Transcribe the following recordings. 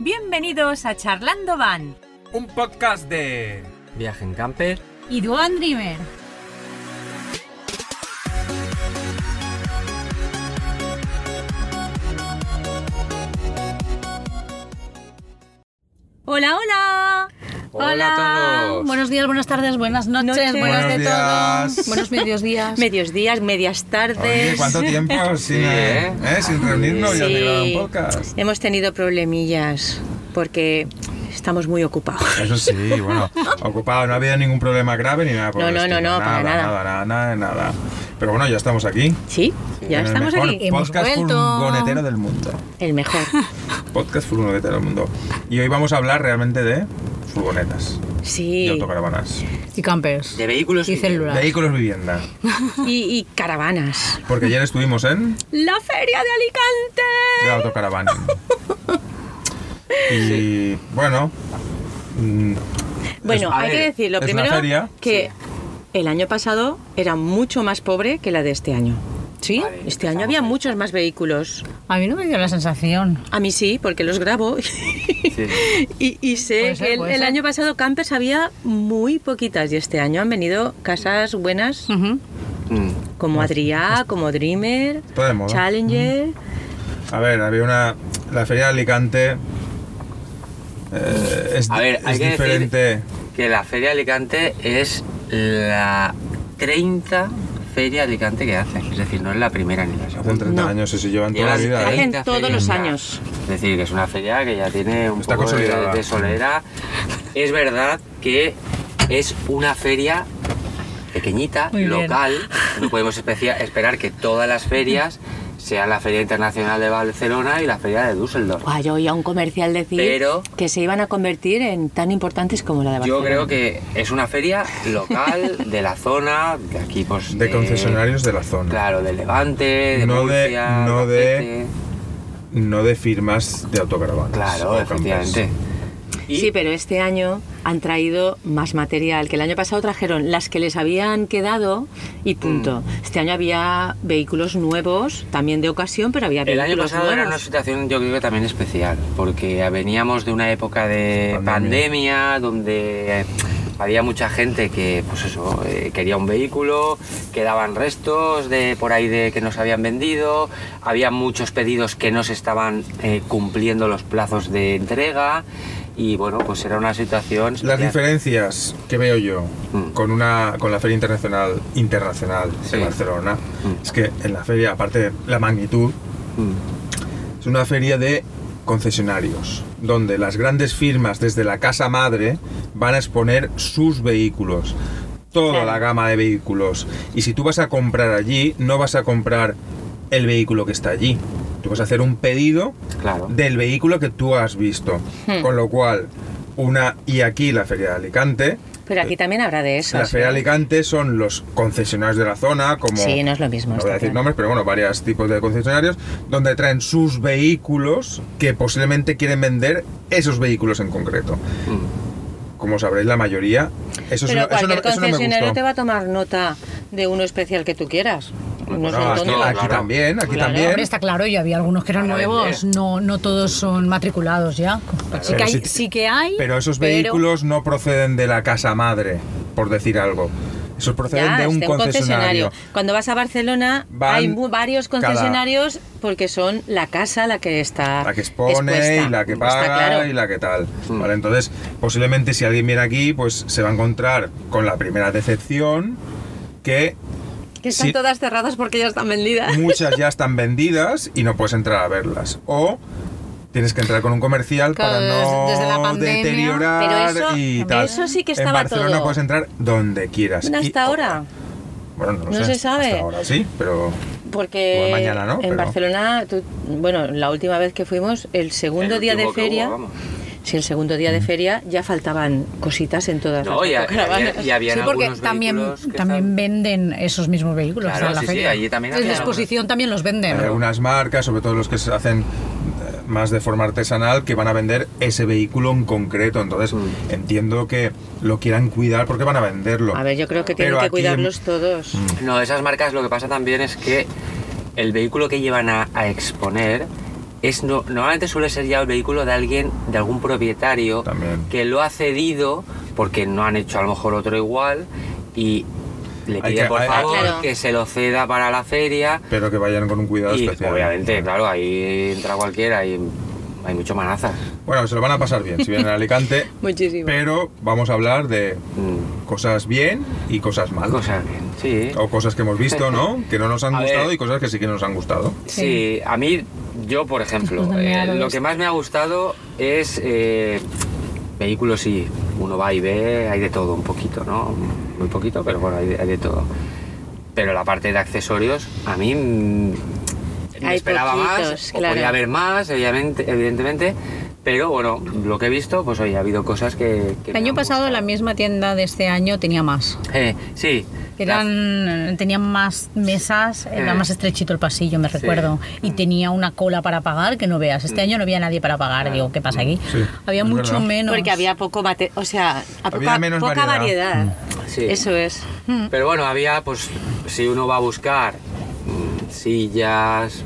Bienvenidos a Charlando Van Un podcast de... Viaje en camper. y Duan Dreamer. Hola, hola. Hola a todos. Buenos días, buenas tardes, buenas noches, Noches. buenas Buenos de días. todo. Buenos medios días. Medios días, medias tardes. Oye, ¿cuánto tiempo sin, Pues, eh, eh, sin reunirnos y Sí. arreglar un podcast? Hemos tenido problemillas porque estamos muy ocupados. Eso sí, bueno, ocupado, no había ningún problema grave ni nada por No, el no, estilo. no, no, para nada. Nada, nada, nada, nada. Pero bueno, ya estamos aquí. Sí, ya En el estamos mejor aquí. Hemos Podcast vuelto. furgonetero del mundo. El mejor. Podcast furgonetero del mundo. Y hoy vamos a hablar realmente de furgonetas y Sí. autocaravanas. Y campers. De vehículos. Y celular. Vehículos vivienda. Y, y caravanas. Porque ayer estuvimos en La feria de Alicante. la autocaravana. Y bueno, mm, Bueno, Es- a hay que ver, decir lo es una primero feria. que el año pasado era mucho más pobre que la de este año. ¿Sí? Este año había muchos más vehículos. A mí no me dio la sensación. A mí sí, porque los grabo. y, y sé Puede ser, que el, puede el ser. año pasado campers había muy poquitas y este año han venido casas buenas Ujú. Mm. como Adrià, como Dreamer, todo de moda. Hmm. Challenger. A ver, había una. La feria de Alicante. eh, es A ver, hay es que diferente. Que la Feria de Alicante es la 30 Feria de Alicante que hacen. Es decir, no es la primera ni la Hacen segunda. 30 No. años, sí, sí, llevan toda la Llevan vida. ¿eh? 30 Hacen todos los años. Es decir, que es una feria que ya tiene un Está poco de, consolidada. de solera. Es verdad que es una feria pequeñita, Muy bien. local. No podemos especia- esperar que todas las ferias sean la Feria Internacional de Barcelona y la Feria de Düsseldorf. Buah, yo oía un comercial decir Pero- que se iban a convertir en tan importantes como la de Yo Barcelona. creo que es una feria local de la zona, de aquí pues... De concesionarios de la zona. Claro, de Levante, de No de- Murcia, no de- Albacete. No de firmas de autocaravanas. Claro, o campers. efectivamente. Y- Sí, pero este año han traído más material, que el año pasado trajeron las que les habían quedado y punto. Hmm. Este año había vehículos nuevos, también de ocasión, pero había El vehículos año pasado era una nuevos. situación yo creo que también especial, porque veníamos de una época de Pandemia. pandemia, donde eh, había mucha gente que pues eso, eh, quería un vehículo, quedaban restos de por ahí de que nos habían vendido, había muchos pedidos que no se estaban eh, cumpliendo los plazos de entrega y bueno, pues era una situación Las especial. diferencias que veo yo Mm. con una con la Feria Internacional Internacional Sí. de Barcelona Mm. es que en la feria, aparte de la magnitud, Mm, Es una feria de concesionarios, donde las grandes firmas desde la casa madre van a exponer sus vehículos, toda Claro. la gama de vehículos. Y si tú vas a comprar allí, no vas a comprar el vehículo que está allí. Tú vas a hacer un pedido claro. del vehículo que tú has visto. Hmm. Con lo cual, una y aquí la feria de Alicante. Pero aquí también habrá de eso. La feria de Alicante son los concesionarios de la zona, como Sí, no es lo mismo. no voy está a decir claro. nombres, pero bueno, varios tipos de concesionarios, donde traen sus vehículos que posiblemente quieren vender esos vehículos en concreto. Mm, Como sabréis, la mayoría. Eso es Pero una- eso no, cualquier eso no me concesionario gustó. te va a tomar nota de uno especial que tú quieras. No Bueno, sé No, aquí, dónde. todo, aquí claro. también, aquí Claro, también. Hombre, está claro, ya había algunos que eran Para nuevos, vender. no, no todos son matriculados Sí ya. que, Pero hay, si- sí que hay, Pero esos vehículos no proceden de la casa madre, por decir algo. Esos proceden Ya, de un es de un concesionario. Cuando vas a Barcelona Van hay mu- varios cada- concesionarios porque son la casa la que está La que expone expuesta. y la que Está paga claro. y la que tal. Mm. Vale, entonces, posiblemente si alguien viene aquí, pues se va a encontrar con la primera decepción que Que están sí. todas cerradas porque ya están vendidas. muchas ya están vendidas y no puedes entrar a verlas. O tienes que entrar con un comercial para Claro, no desde la pandemia. deteriorar Pero eso- y tal. eso sí que en estaba Barcelona todo. puedes entrar donde quieras. Y- Hasta ahora. Bueno, no, lo No sé, se sabe. Hasta ahora sí, pero Porque Igual mañana no, en pero- Barcelona, tú- bueno, la última vez que fuimos, el segundo el día de último que hubo, feria, vamos. sí, el segundo día de feria ya faltaban cositas en todas No, las y, a- y autocaravanas. había- y habían sí, porque algunos también, vehículos que también estaban- venden esos mismos vehículos Claro, en la sí, sí, feria. allí también en la había exposición también los hay venden. algunas marcas, sobre todo los que se hacen eh, más de forma artesanal que van a vender ese vehículo en concreto. Entonces, Mm. entiendo que lo quieran cuidar porque van a venderlo. A ver, yo creo que tienen Pero que aquí- Mm. cuidarlos todos. No, esas marcas lo que pasa también es que el vehículo que llevan a, a exponer es no, normalmente suele ser ya el vehículo de alguien, de algún propietario También. que lo ha cedido porque no han hecho a lo mejor otro igual y le Hay pide que- por hay- favor Claro. que se lo ceda para la feria Pero que vayan con un cuidado y especial. obviamente, claro, ahí entra cualquiera y hay mucho manazas. Bueno, se lo van a pasar bien si vienen a Alicante. Muchísimo. Pero vamos a hablar de Mm, cosas bien y cosas mal. cosas bien, sí. O cosas que hemos visto, ¿no? Que no nos han A ver. gustado y cosas que sí que nos han gustado. Sí, a mí, yo por ejemplo, También eh, a los- lo que más me ha gustado es eh, vehículos y uno va y ve, hay de todo un poquito, ¿no? Muy poquito, pero bueno, hay de, hay de todo. Pero la parte de accesorios, a mí mm, me Hay esperaba poquitos, más, o claro. podía haber más, evidentemente, evidentemente, pero bueno, lo que he visto, pues oye, ha habido cosas que... que El me año han pasado la gustado. misma tienda de este año tenía más. Eh, sí. la- Eran, tenían más mesas, era Eh. más estrechito el pasillo, me Sí. Mm. recuerdo. Y tenía una cola para pagar que no veas. Este año no había nadie para Ah. pagar. Digo, ¿qué pasa aquí? Sí, había es mucho verdad. menos. Porque había poco mate, o sea, a Había poca, menos poca variedad. Mm. variedad. Sí. Eso es. Pero bueno, había, pues, si uno va a buscar mm, sillas,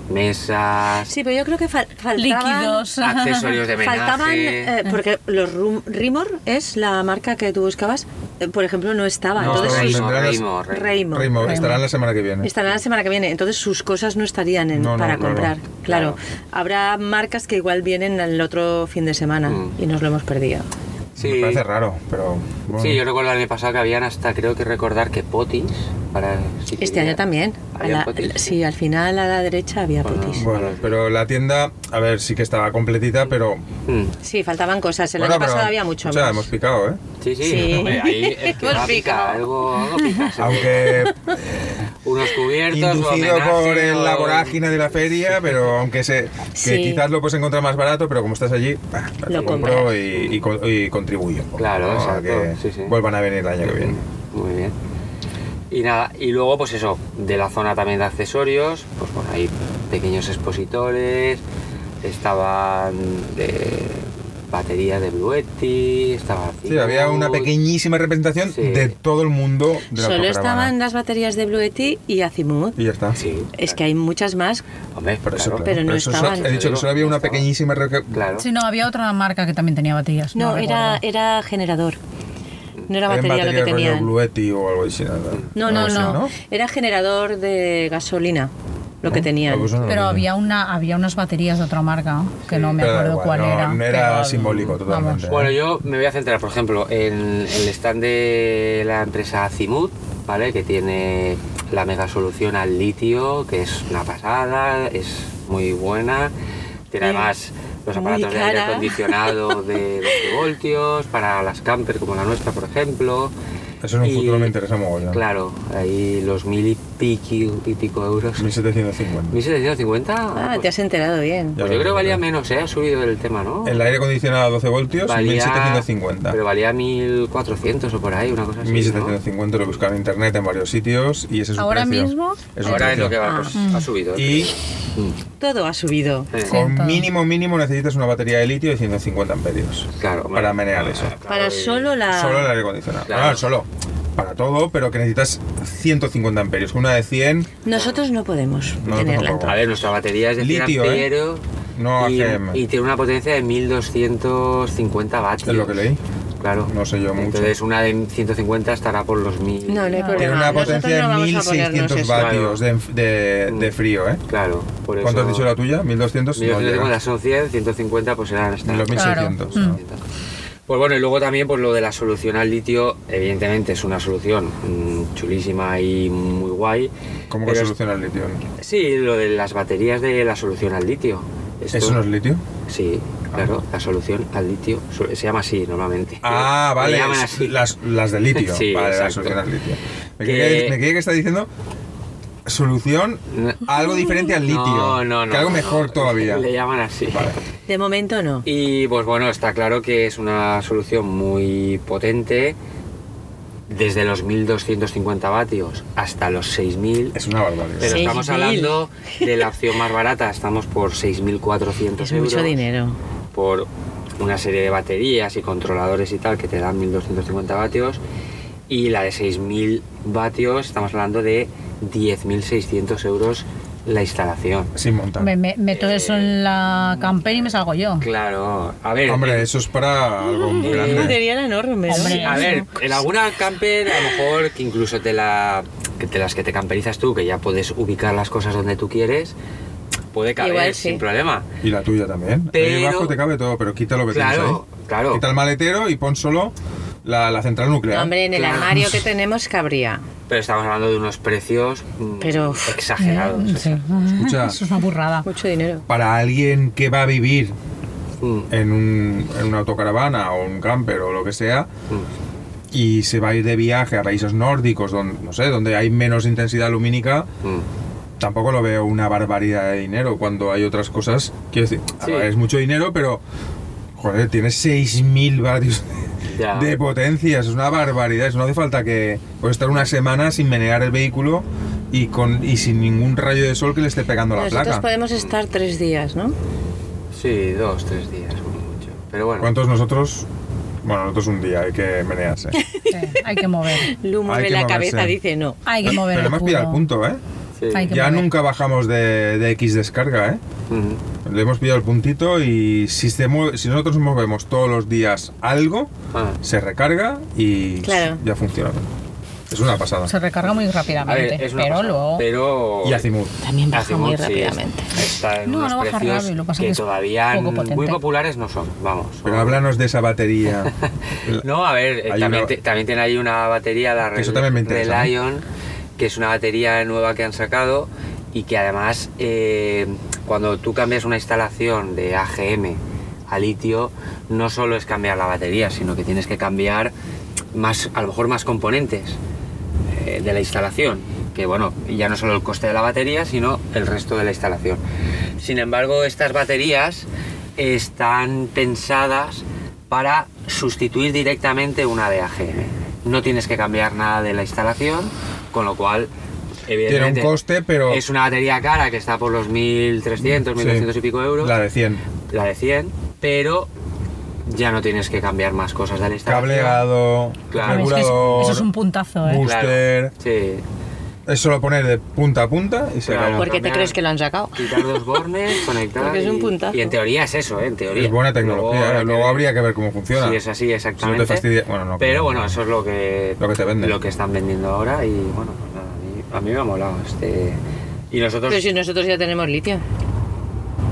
mesas, Sí, pero yo creo que fal- faltaban líquidos. accesorios de menaje. Faltaban, eh, porque los Rum- Rimor es la marca que tú buscabas, eh, por ejemplo, no estaba. No, Entonces, estaban sus- en vendrán las- Raymond, Raymond. Raymond. Rimo, estarán la semana que viene. Estará la semana que viene, entonces sus cosas no estarían en- No, no, para claro. comprar. Claro. Claro. habrá marcas que igual vienen el otro fin de semana Mm. y nos lo hemos perdido. Me Sí, parece raro, pero bueno. sí, yo recuerdo el año pasado que habían hasta, creo que recordar que potis para... si Este quería. año también. A Habían la- potis. sí, al final a la derecha había Bueno. potis. Bueno, pero la tienda, a ver, sí que estaba completita, pero... Mm. Sí, faltaban cosas. El bueno, año pasado pero- había mucho o sea, más. hemos picado, ¿eh? Sí, sí, Sí. Pues hombre, ahí el que Hemos va pica, picado. algo, algo pica, sí. Aunque Unos cubiertos, o inducido por homenaje, el- la o- vorágine de la feria, pero aunque se, que Sí. quizás lo puedes encontrar más barato, pero como estás allí, bah, Lo lo compro compras. y, y co- y contribuyo. un poco, Claro, ¿no? A exacto, que sí, sí. Vuelvan a venir el año que viene. Muy bien. Y nada, y luego pues eso, de la zona también de accesorios, pues bueno, hay pequeños expositores, estaban eh, baterías de Bluetti, estaba... Sí, había una Zinut. pequeñísima representación Sí. de todo el mundo de la Solo autocaravana. estaban las baterías de Bluetti y Azimut. Y ya está. Sí. Es que hay muchas más. Hombre, Por eso, claro. claro. Pero no Por eso estaban. so- he dicho que solo había una Estaban. pequeñísima re- Claro. Sí, no, había otra marca que también tenía baterías. No, No, era, recuerdo. era generador. No era en batería, lo que rollo tenían. Bluetti o algo así. nada. No, Algo no, así, no, Era generador de gasolina lo que tenían. Ah, pues eso no lo Pero vi. había, una, había unas baterías de otra marca que no me Pero da acuerdo igual, cuál no, era. no era pero- simbólico totalmente. vamos. Bueno, yo me voy a centrar, por ejemplo, en el stand de la empresa Azimut, ¿vale? Que tiene la mega solución al litio, que es una pasada, es muy buena. Tiene Eh, además los muy aparatos de aire cara. acondicionado de 12 voltios para las camper como la nuestra, por ejemplo. Eso en un Y, futuro me interesa mogollón. Claro, ahí los mil y piqui- y pico euros. 1750. 1750. Ah, te pues, has enterado bien. Ya pues lo yo creo veo, que valía ya. menos, ¿eh? Ha subido el tema, ¿no? El aire acondicionado a 12 voltios, Valía- 1750. Pero valía 1400 o por ahí, una cosa así. ¿no? 1750 lo he buscado en internet en varios sitios y ese es su ¿Ahora precio. mismo? Es un Ahora es precio. lo que va, Ah. pues, ha subido. Y Mm. Todo ha subido. Sí, con todo. mínimo mínimo necesitas una batería de litio de 150 amperios claro, hombre. para menear eso. Claro, Para y- solo la... Solo el aire acondicionado. Claro. Claro, solo. Para todo, pero que necesitas 150 amperios. Una de 100 Nosotros no podemos No, tenerla. tampoco. A ver, nuestra batería es de Litio, 100 ¿eh? amperios No y, AGM. y tiene una potencia de 1250 vatios. es lo que leí. Claro. No sé yo mucho. Entonces pues, una de 150 estará por los No, 1000. no hay Tiene problema. una Nosotros potencia no de vamos a ponernos 1600 eso. vatios de, de- de frío, ¿eh? Claro, Mm. por eso. ¿Cuánto has dicho la tuya? 1200. No 1250 llega. son 100, 150 pues serán hasta... Los 1600. Claro. ¿no? Pues bueno, y luego también pues lo de la solución al litio, evidentemente es una solución mm, chulísima y muy guay. ¿Cómo que pero es- soluciona el litio? Sí, lo de las baterías de la solución al litio. Esto- ¿Eso no es Ah. litio? Sí, claro, la solución al litio su- se llama así normalmente. Ah, Le vale, llaman es- así. Las, las de litio. Sí, vale, las exacto. soluciones litio. Me Que- creía que, me creía que está diciendo solución No. a algo diferente al litio. No, no, no. Que algo no, mejor no. todavía. Le llaman así. De momento no. Y pues bueno, está claro que es una solución muy potente. desde los 1250 vatios hasta los 6000. Es una barbaridad. Pero estamos 6.000. hablando de la opción más barata, estamos por 6.400 Es euros. mucho dinero. Por una serie de baterías y controladores y tal que te dan 1.250 vatios. Y la de 6.000 vatios, estamos hablando de 10.600 euros la instalación. Sin montar. Me, me- meto eso en la camper y me salgo yo. Claro, a ver. Hombre, eso es para algo muy Es una grande. batería enorme. ¿no? Hombre, A ver, en alguna camper, a lo mejor que incluso te la, que te las que te camperizas tú, que ya puedes ubicar las cosas donde tú quieres, puede caber Igual sí. sin problema. Y la tuya también. Ahí Pero- abajo te cabe todo, pero quita lo que tienes Claro, ahí. claro. Quita el maletero y pon solo la, la central nuclear. Hombre, en el Claro. armario que tenemos cabría. Pero estamos hablando de unos precios mm, Pero- exagerados. Eh, o sea, sí. Escucha. Eso es una burrada. Pues Mucho dinero. Para alguien que va a vivir mm, en, un, en una autocaravana o un camper o lo que sea mm. y se va a ir de viaje a países nórdicos donde, no sé, donde hay menos intensidad lumínica, Mm. tampoco lo veo una barbaridad de dinero cuando hay otras cosas. Quiero decir, Sí. es mucho dinero, pero joder, tienes 6.000 vatios Ya. de potencia, es una barbaridad. Eso no hace falta que puedes estar una semana sin menear el vehículo y, con, y sin ningún rayo de sol que le esté pegando la Nosotros placa. podemos estar tres días, ¿no? Sí, dos, tres días, como mucho. Pero bueno, ¿Cuántos nosotros? Bueno, nosotros un día hay que menearse. Sí, hay que mover. Lu Hay mueve que la moverse. cabeza, dice no. Hay que mover Pero el hemos pillado el culo. punto, ¿eh? sí. Hay que Ya mover. nunca bajamos de, de X descarga, ¿eh? Mm. Le hemos pillado el puntito y si, se mue- si nosotros movemos todos los días algo, Ah. se recarga y Claro. ya funciona. Es una pasada. Se recarga muy A ver, rápidamente, es una pero pasada, luego... Pero... Y azimut. También baja Azimut, muy sí, rápidamente. Está en No, unos no baja precios rápido, lo que pasa que, que es todavía poco potente. muy populares no son, vamos. Pero háblanos de esa batería. No, a ver, eh, Hay también, una- te- también tiene ahí una batería, la Que eso también me interesa, Relion, que es una batería nueva que han sacado y que además eh, cuando tú cambias una instalación de AGM a litio, no solo es cambiar la batería, sino que tienes que cambiar más, a lo mejor más componentes eh, de la instalación, que bueno, ya no solo el coste de la batería, sino el resto de la instalación. Sin embargo, estas baterías están pensadas para sustituir directamente una de AGM. No tienes que cambiar nada de la instalación, con lo cual, Tiene evidentemente, un coste, pero es una batería cara que está por los 1.300, 1.200 Sí. y pico euros, la de 100. la de 100, pero ya no tienes que cambiar más cosas de la instalación. Cableado, Claro. Es que es- regulador, eso es un puntazo, ¿eh? Bus. Claro, booster. sí. es solo poner de punta a punta y se Claro. acabó. ¿Por qué te Cambiar. crees que lo han sacado? quitar dos bornes, conectar. Porque es un y- puntazo. Y, en teoría es eso, ¿eh? en teoría. Es buena tecnología, ¿eh? luego, habrá que ver habría que ver cómo funciona. Si es así, exactamente. Si no te fastidia- bueno, no, Pero no. bueno, eso es lo que, Lo que te venden. lo que están vendiendo ahora y bueno, pues nada, a mí, a mí me ha molado. Este... Y nosotros. Pero si nosotros ya tenemos litio.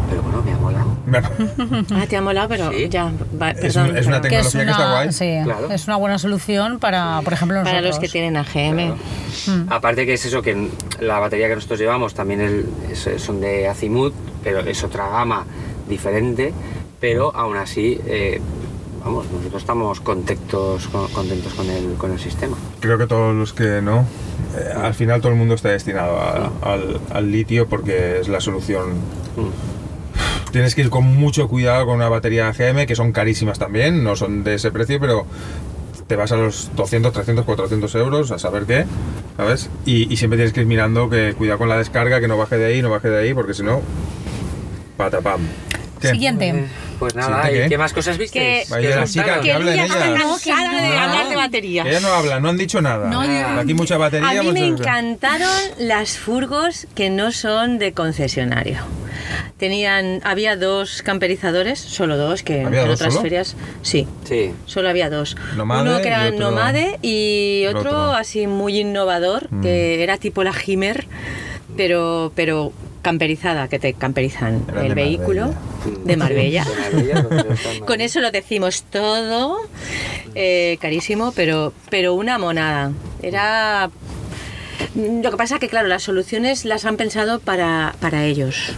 Pero bueno, me ha molado. Bueno, Ah, te ha molado, pero Sí. ya, va- Es perdón. un- es una perdón. Que es Tecnología que está una, guay. sí, Claro. es una buena solución para, por ejemplo, nosotros. Para los que tienen AGM. Aparte que es eso, que la batería que nosotros llevamos también es- es- son de Azimut, pero es otra gama diferente, pero aún así, eh, vamos, nosotros estamos contentos con, contentos con el, con el sistema. creo que todos los que no. eh, al final todo el mundo está destinado a- al, al litio porque es la solución. Mm. Tienes que ir con mucho cuidado con una batería AGM, que son carísimas también, no son de ese precio, pero te vas a los 200, 300, 400 euros, a saber qué, ¿sabes? Y, y siempre tienes que ir mirando que cuidado con la descarga, que no baje de ahí, no baje de ahí, porque si no, patapam. ¿Qué? Siguiente. Pues nada, Siguiente, ¿y ¿qué? qué más cosas visteis? Que- ¿Qué os Vaya gustaron? chica, que hablen ellas. cansada de hablar de Que baterías. Ella no habla, no han dicho nada. No, yo- Aquí mucha batería. pues, A mí me mucha- encantaron las furgos que no son de concesionario. Tenían, había dos camperizadores, solo dos, que ¿Había en dos otras solo? ferias, sí, Sí. solo había dos. Nomade Uno que y era otro- nomade y el otro, otro. Mm. así muy innovador, que era tipo la Himer, pero, pero camperizada, que te camperizan Era el de Mm. vehículo de Marbella. De Marbella, porque yo estaba en Con Marbella. eso lo decimos todo, eh, carísimo, pero, pero una monada. Era. mm, Lo que pasa que, claro, las soluciones las han pensado para, para ellos.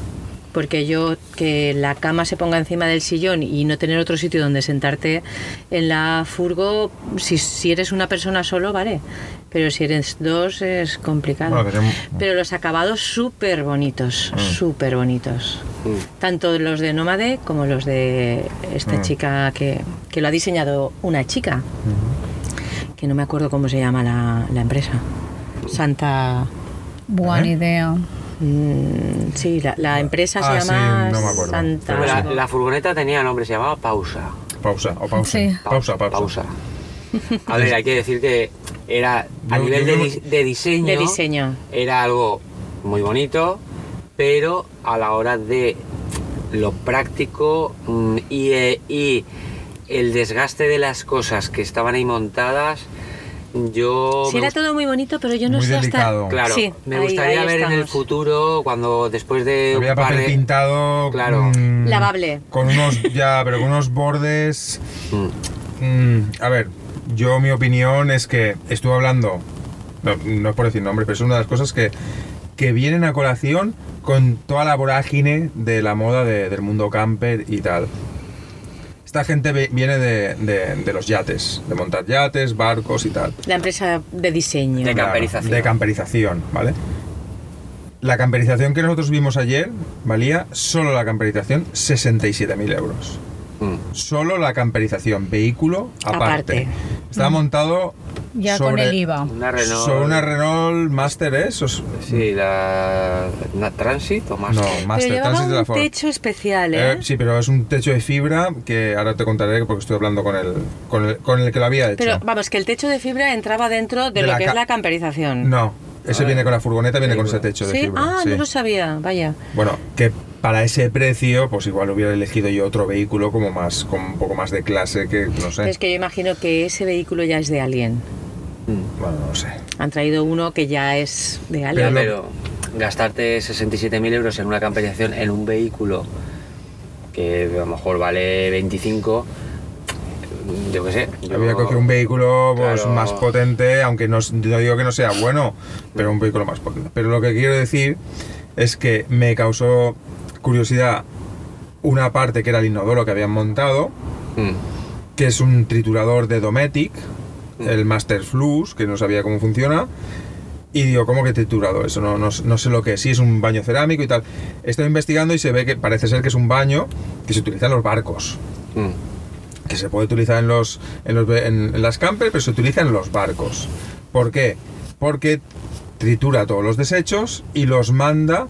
Porque yo, que la cama se ponga encima del sillón y no tener otro sitio donde sentarte en la furgo, si, si eres una persona solo, vale. Pero si eres dos, es complicado. Bueno, que sea- Pero los acabados súper bonitos, Mm. súper bonitos Mm. tanto los de Nómade como los de esta Mm. chica que, que lo ha diseñado una chica, que no me acuerdo cómo se llama la, la empresa. Santa. ¿Eh? Buena idea. mm, sí, la, la empresa Ah, se sí, llama no me acuerdo. Santa. Pero La, la furgoneta tenía nombre, se llamaba Pausa. Pausa, o pausa. Sí. Pausa, pausa. A ver, hay que decir que era a Yo- nivel yo de, no- dis- de diseño. De diseño. Era algo muy bonito, pero a la hora de lo práctico mm, y, eh, y el desgaste de las cosas que estaban ahí montadas, yo. Sí, me era gust- todo muy bonito, pero yo no Muy sé delicado. hasta. Claro, Sí, me ahí- gustaría ahí ver en el estamos. futuro cuando después de Había un par papel de- pintado. Claro. mm, Lavable. Con unos, ya, pero con unos bordes. Mm, Mm, a ver, yo mi opinión es que estuve hablando, no, no es por decir nombres, pero es una de las cosas que, que vienen a colación con toda la vorágine de la moda de- del mundo camper y tal. Esta gente ve- viene de, de- de los yates, de montar yates, barcos y tal. La empresa de diseño. De camperización. De camperización, ¿vale? La camperización que nosotros vimos ayer valía, solo la camperización, 67.000 euros mm. solo la camperización, vehículo aparte. Aparte. Estaba montado Ya con sobre, el IVA. Una Renault. sobre una Renault Master ¿eh? S. o s- Sí, la, la Transit o más. No, Pero Master, llevaba Transit de la un Ford. techo especial, ¿eh? Eh, sí, pero es un techo de fibra que ahora te contaré porque estoy hablando con el, con el, con el que lo había hecho. Pero vamos, que el techo de fibra entraba dentro de, De lo la que ca- es la camperización. no, ese Ah, viene con la furgoneta, viene con ese fibra. techo de ¿Sí? fibra. Ah, sí. no lo sabía, vaya. Bueno, que para ese precio, pues igual hubiera elegido yo otro vehículo como más, con un poco más de clase que, no sé. Es que yo imagino que ese vehículo ya es de alguien. Mm. Bueno, no sé. Han traído uno que ya es de Pero Ya, alguien. lo- pero gastarte 67.000 euros en una camperización en un vehículo que a lo mejor vale 25, yo qué sé. yo- Había cogido un vehículo pues, Claro. más potente, aunque no, s- no digo que no sea bueno, pero un vehículo más potente. Pero lo que quiero decir es que me causó curiosidad una parte que era el inodoro que habían montado, Mm, que es un triturador de Dometic, el Master Flux, que no sabía cómo funciona. Y digo, ¿cómo que triturado? Eso no, no, no sé lo que es. Sí, es un baño cerámico y tal. Estoy investigando y se ve que parece ser que es un baño que se utiliza en los barcos mm. que se puede utilizar en los en, los, ve- en- en las camper, pero se utiliza en los barcos. ¿Por qué? Porque tritura todos los desechos y los manda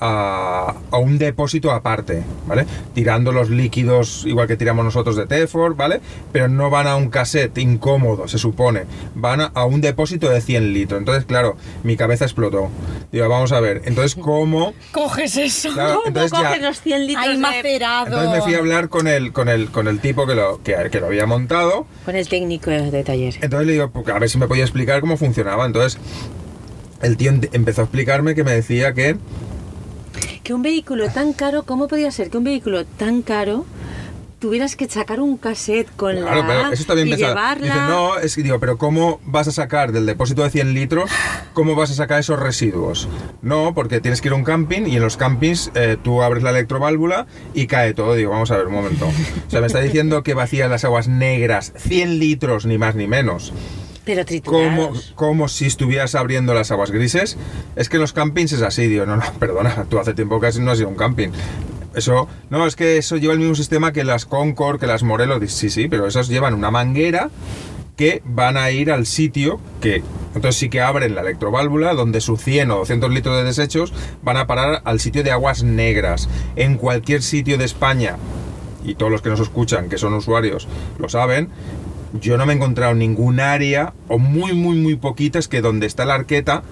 a, a un depósito aparte, ¿vale? Tirando los líquidos igual que tiramos nosotros de Tefor, ¿vale? Pero no van a un cassette incómodo, se supone. Van a, a un depósito de 100 litros. Entonces, claro, mi cabeza explotó. Digo, vamos a ver. Entonces, ¿cómo? Coges eso. Claro, entonces ya- coges los 100 litros Hay de- macerado. Entonces me fui a hablar con el, con el, con el tipo que lo, que- que lo había montado. Con el técnico de taller. Entonces le digo, pues, a ver si me podía explicar cómo funcionaba. Entonces el tío em- empezó a explicarme que me decía que Eh. Que un vehículo tan caro, ¿cómo podía ser que un vehículo tan caro tuvieras que sacar un cassette con Claro, la pero eso está bien y pensado. llevarla? Dice, no, es que digo, pero ¿cómo vas a sacar del depósito de 100 litros, cómo vas a sacar esos residuos? No, porque tienes que ir a un camping y en los campings eh, tú abres la electroválvula y cae todo. Digo, vamos a ver, un momento. O sea, me está diciendo que vacían las aguas negras 100 litros, ni más ni menos. Pero como, triturados. como si estuvieras abriendo las aguas grises. Es que los campings es así, digo, no, no, perdona, tú hace tiempo que has- no has ido a un camping. Eso, no, es que eso lleva el mismo sistema que las Concord, que las Morelos, Dices, sí, sí, pero esas llevan una manguera que van a ir al sitio que, entonces sí que abren la electroválvula, donde sus 100 o 200 litros de desechos van a parar al sitio de aguas negras. En cualquier sitio de España, y todos los que nos escuchan, que son usuarios, lo saben, yo no me he encontrado ningún área, o muy, muy, muy poquitas, que donde está la arqueta,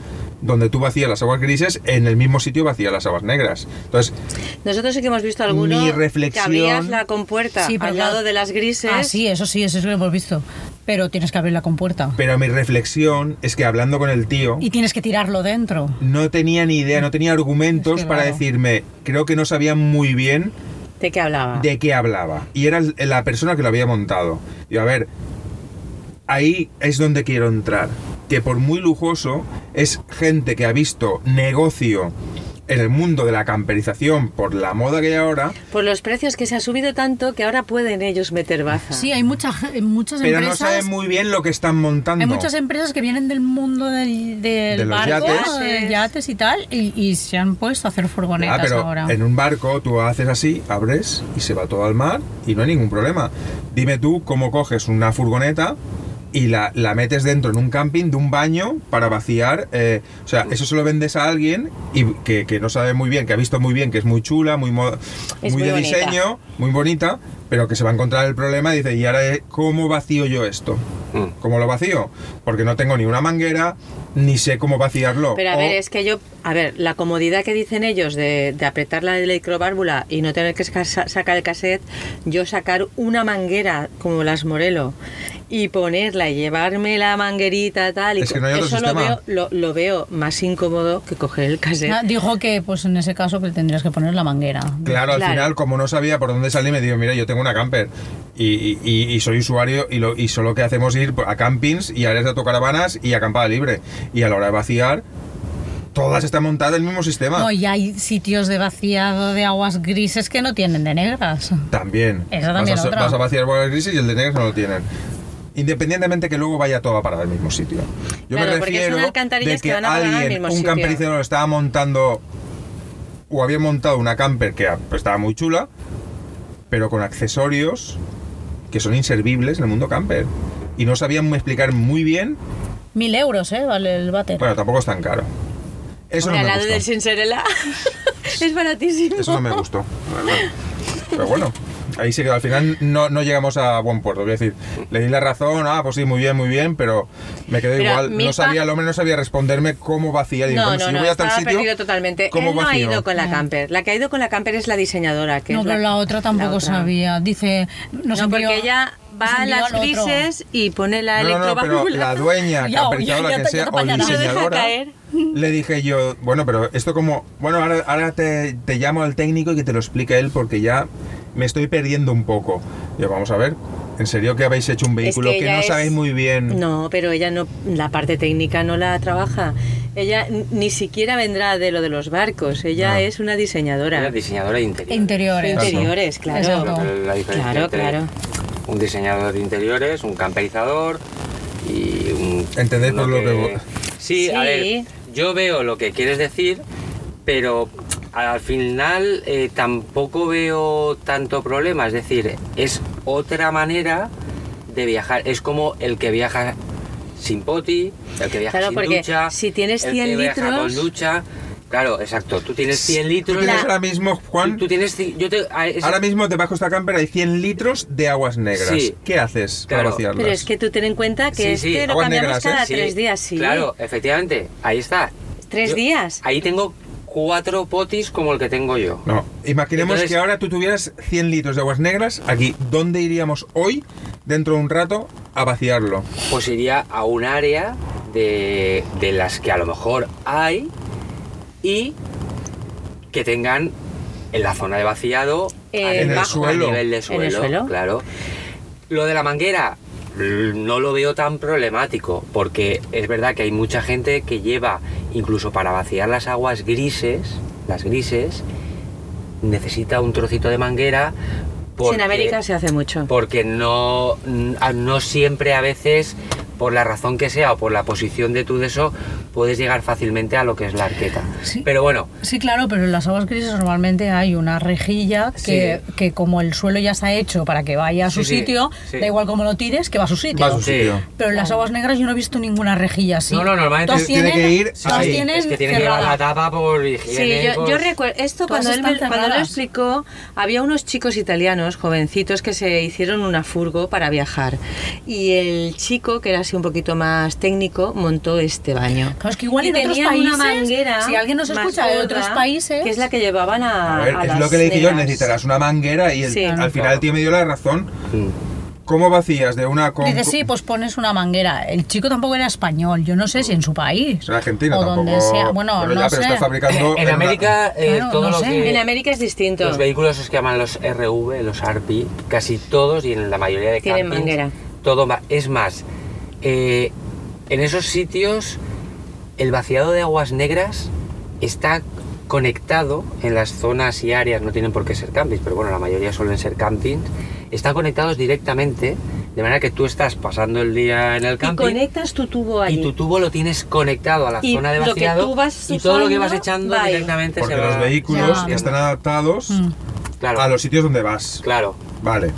donde tú vacías las aguas grises, en el mismo sitio vacías las aguas negras. Entonces, Nosotros sí que hemos visto alguno Mi que reflexión- abrías la compuerta Sí, pero al claro. lado de las grises. Ah, sí, eso sí, eso es lo que hemos visto. Pero tienes que abrir la compuerta. pero mi reflexión es que hablando con el tío, Y tienes que tirarlo dentro. no tenía ni idea, no tenía argumentos Es que para claro. decirme, creo que no sabía muy bien ¿De qué hablaba? de qué hablaba. Y era el- la persona que lo había montado. Y a ver, ahí es donde quiero entrar. Que por muy lujoso, es gente que ha visto negocio en el mundo de la camperización por la moda que hay ahora, Por los precios que se ha subido tanto que ahora pueden ellos meter baza. Sí, hay mucha, ge- muchas pero no empresas. saben muy bien lo que están montando. Hay muchas empresas que vienen del mundo del, del De los barco, yates. de yates y tal, y, y se han puesto a hacer Ah, furgonetas pero ahora. en un barco tú haces así, abres y se va todo al mar y no hay ningún problema. Dime tú cómo coges una furgoneta y la, la metes dentro en un camping de un baño para vaciar. eh, o sea, eso se lo vendes a alguien y que, que no sabe muy bien, que ha visto muy bien, que es muy chula, muy, mo- Es muy de bonita. diseño, muy bonita, pero que se va a encontrar el problema y dice, ¿y ahora eh, cómo vacío yo esto? Mm. ¿Cómo lo vacío? Porque no tengo ni una manguera, ni sé cómo vaciarlo. Pero a O- ver, es que yo, a ver, la comodidad que dicen ellos de, de apretar la electroválvula y no tener que saca- sacar el cassette, yo sacar una manguera como las Morelo y ponerla y llevarme la manguerita tal y Es que co- no hay otro eso lo sistema. veo, lo, lo veo más incómodo que coger el cassette. Ah, Dijo que pues en ese caso que tendrías que poner la manguera. Claro, al Claro. final, como no sabía por dónde salir, me dijo, mira, yo tengo una camper y, y- y soy usuario y, lo, y solo que hacemos ir a campings y áreas de autocaravanas y acampada libre. Y a la hora de vaciar, todas están montadas en el mismo sistema. No, y hay sitios de vaciado de aguas grises que no tienen de negras. También. Eso también vas, a, otra. vas a vaciar por el gris y el de negros no lo tienen. Independientemente que luego vaya todo a parar al mismo sitio. Yo Claro, me porque son refiero alcantarillas que de que van a parar al alguien, mismo un sitio. campericero estaba montando o había montado una camper que pues, estaba muy chula, pero con accesorios que son inservibles en el mundo camper. Y no sabían explicar muy bien, Mil euros, ¿eh? Vale el váter. bueno, tampoco es tan caro. Eso Hombre, al no me lado del gustó. Sincerela es baratísimo. Eso no me gustó. la verdad. Pero bueno, ahí se quedó. Al final no, no llegamos a buen puerto. Quiero decir, le di la razón, ah, pues sí, muy bien, muy bien, pero me quedé Pero igual. Milpa- No sabía, el hombre no sabía responderme cómo vacía. Digo, No, bueno, no, si yo no, voy hasta el estaba sitio, perdido totalmente. ¿cómo Él no ha vacío? ido con la camper. La que ha ido con la camper es la diseñadora. Que no, es pero la otra tampoco la otra. sabía. Dice, nos no, envió- porque ella nos va a envió las al otro. grises y pone la No, no, no, pero electroválvula. la dueña, Ya, camperizadora, ya, ya que te- sea, ya te o apañarás. Lo deja diseñadora, caer. le dije yo, bueno, pero esto como, bueno, ahora, ahora te, te llamo al técnico y que te lo explique él porque ya me estoy perdiendo un poco. Yo, vamos a ver, en serio que habéis hecho un vehículo que, ella no es- sabéis muy bien. No, pero ella no, la parte técnica no la trabaja. Ella n- ni siquiera vendrá de lo de los barcos. Ella Ah. es una diseñadora. Una diseñadora de interiores. Interiores. Exacto. Interiores, Exacto. claro. Creo que la diferencia Claro, entre claro. Un diseñador de interiores, un camperizador y un. Entendéis por uno lo que- Sí, a Sí. ver, yo veo lo que quieres decir, pero al final eh, tampoco veo tanto problema. Es decir, es otra manera de viajar. Es como el que viaja sin poti, el que viaja Claro, sin porque ducha. si tienes el 100 que viaja litros- con ducha. Claro, exacto. Tú tienes 100 ¿Tú litros. tienes de- ahora mismo, Juan? Tú, tú tienes. ci- Yo te, a- es- Ahora mismo debajo de esta camper hay 100 litros de aguas negras. Sí. ¿Qué haces Claro. para vaciarlas? Pero es que tú ten en cuenta que Sí, este sí. lo Aguas cambiamos negras, ¿eh? cada Sí, tres días, sí. Claro, efectivamente. Ahí está. Tres Yo- días. Ahí tengo cuatro potis como el que tengo yo. No, imaginemos Entonces- que ahora tú tuvieras 100 litros de aguas negras aquí. ¿Dónde iríamos hoy, dentro de un rato, a vaciarlo? Pues iría a un área de, de las que a lo mejor hay y que tengan en la zona de vaciado Eh, a- En el a suelo. nivel En el de suelo, suelo. claro. Lo de la manguera l- no lo veo tan problemático porque es verdad que hay mucha gente que lleva incluso para vaciar las aguas grises, las grises necesita un trocito de manguera en porque- América se hace mucho. porque no, a- no siempre a veces, por la razón que sea o por la posición de tu de eso, puedes llegar fácilmente a lo que es la arqueta. Sí. Pero bueno, Sí, claro, pero en las aguas grises normalmente hay una rejilla que, Sí. que como el suelo ya está hecho para que vaya a su Sí, sí, sitio, sí. da igual cómo lo tires, que va a su sitio. Va a su Sí. sitio. Pero en las aguas negras yo no he visto ninguna rejilla así. No, no, normalmente Todas tiene tienen- que ir todas ahí. tienen es que tiene que cerrada. llevar la tapa por higiene. Sí, yo, por- yo recuerdo esto Todas cuando él me- están cuando lo cerradas. explicó, había unos chicos italianos, jovencitos, que se hicieron una furgo para viajar. Y el chico, que era así un poquito más técnico, montó este baño. Claro, es que igual Y en otros tenían países, una manguera si alguien nos más escucha de gorda, otros países, que es la que llevaban a, A ver, a es las lo que le dije yo, negras. necesitarás una manguera y el- Sí. al final el tío me dio la razón. Mm. ¿Cómo vacías de una con... dices, sí, pues pones una manguera. El chico tampoco era español, yo no sé si en su país. En Argentina o tampoco... donde sea. Bueno, pero no ya, pero sé. está fabricando... En una- América, eh, Claro, todo no lo sé. que- En América es distinto. Los vehículos esos que llaman los RV, los RV, casi todos y en la mayoría de Tienen campings, manguera. Todo ma- es más, eh, en esos sitios el vaciado de aguas negras está conectado en las zonas y áreas, no tienen por qué ser campings, pero bueno, la mayoría suelen ser campings, están conectados directamente, de manera que tú estás pasando el día en el Y camping conectas tu tubo allí. y tu tubo lo tienes conectado a la Y zona de lo que vaciado tú vas y todo lo que vas usando echando va ahí. directamente Porque se va los vehículos Ya. están adaptados Mm. Claro. a los sitios donde vas. Claro, Vale.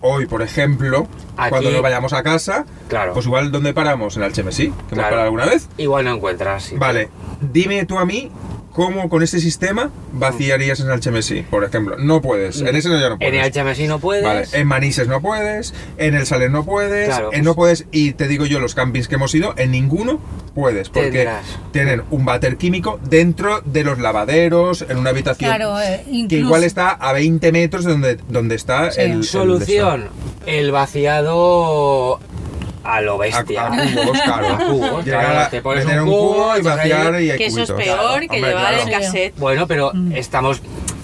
hoy, por ejemplo, Aquí- cuando nos vayamos a casa, Claro. pues igual donde paramos, en Alchemesí, que hemos Claro. parado alguna vez. Igual no encuentras. sí. Vale, dime tú a mí cómo con este sistema Mm. vaciarías en Alchemesí, por ejemplo. No puedes, en ese no ya no puedes. En el Chamesí no puedes. Vale, en Manises no puedes, en el Salen no puedes, Claro, en pues- no puedes, y te digo yo, los campings que hemos ido, en ninguno puedes, porque Tendrás. tienen un váter químico dentro de los lavaderos, en una habitación Claro, eh, que incluso- igual está a 20 metros de donde, donde está Sí. el- el... Solución: el vaciado a lo de esta- bestia. A, a cubos, claro. A cubos, Llegar claro, a te pones meter un un cubo, cubo, y echas ahí- vaciar y hay Que eso es cubitos. peor Claro, que hombre, llevar claro. el cassette. Bueno, pero Mm. estamos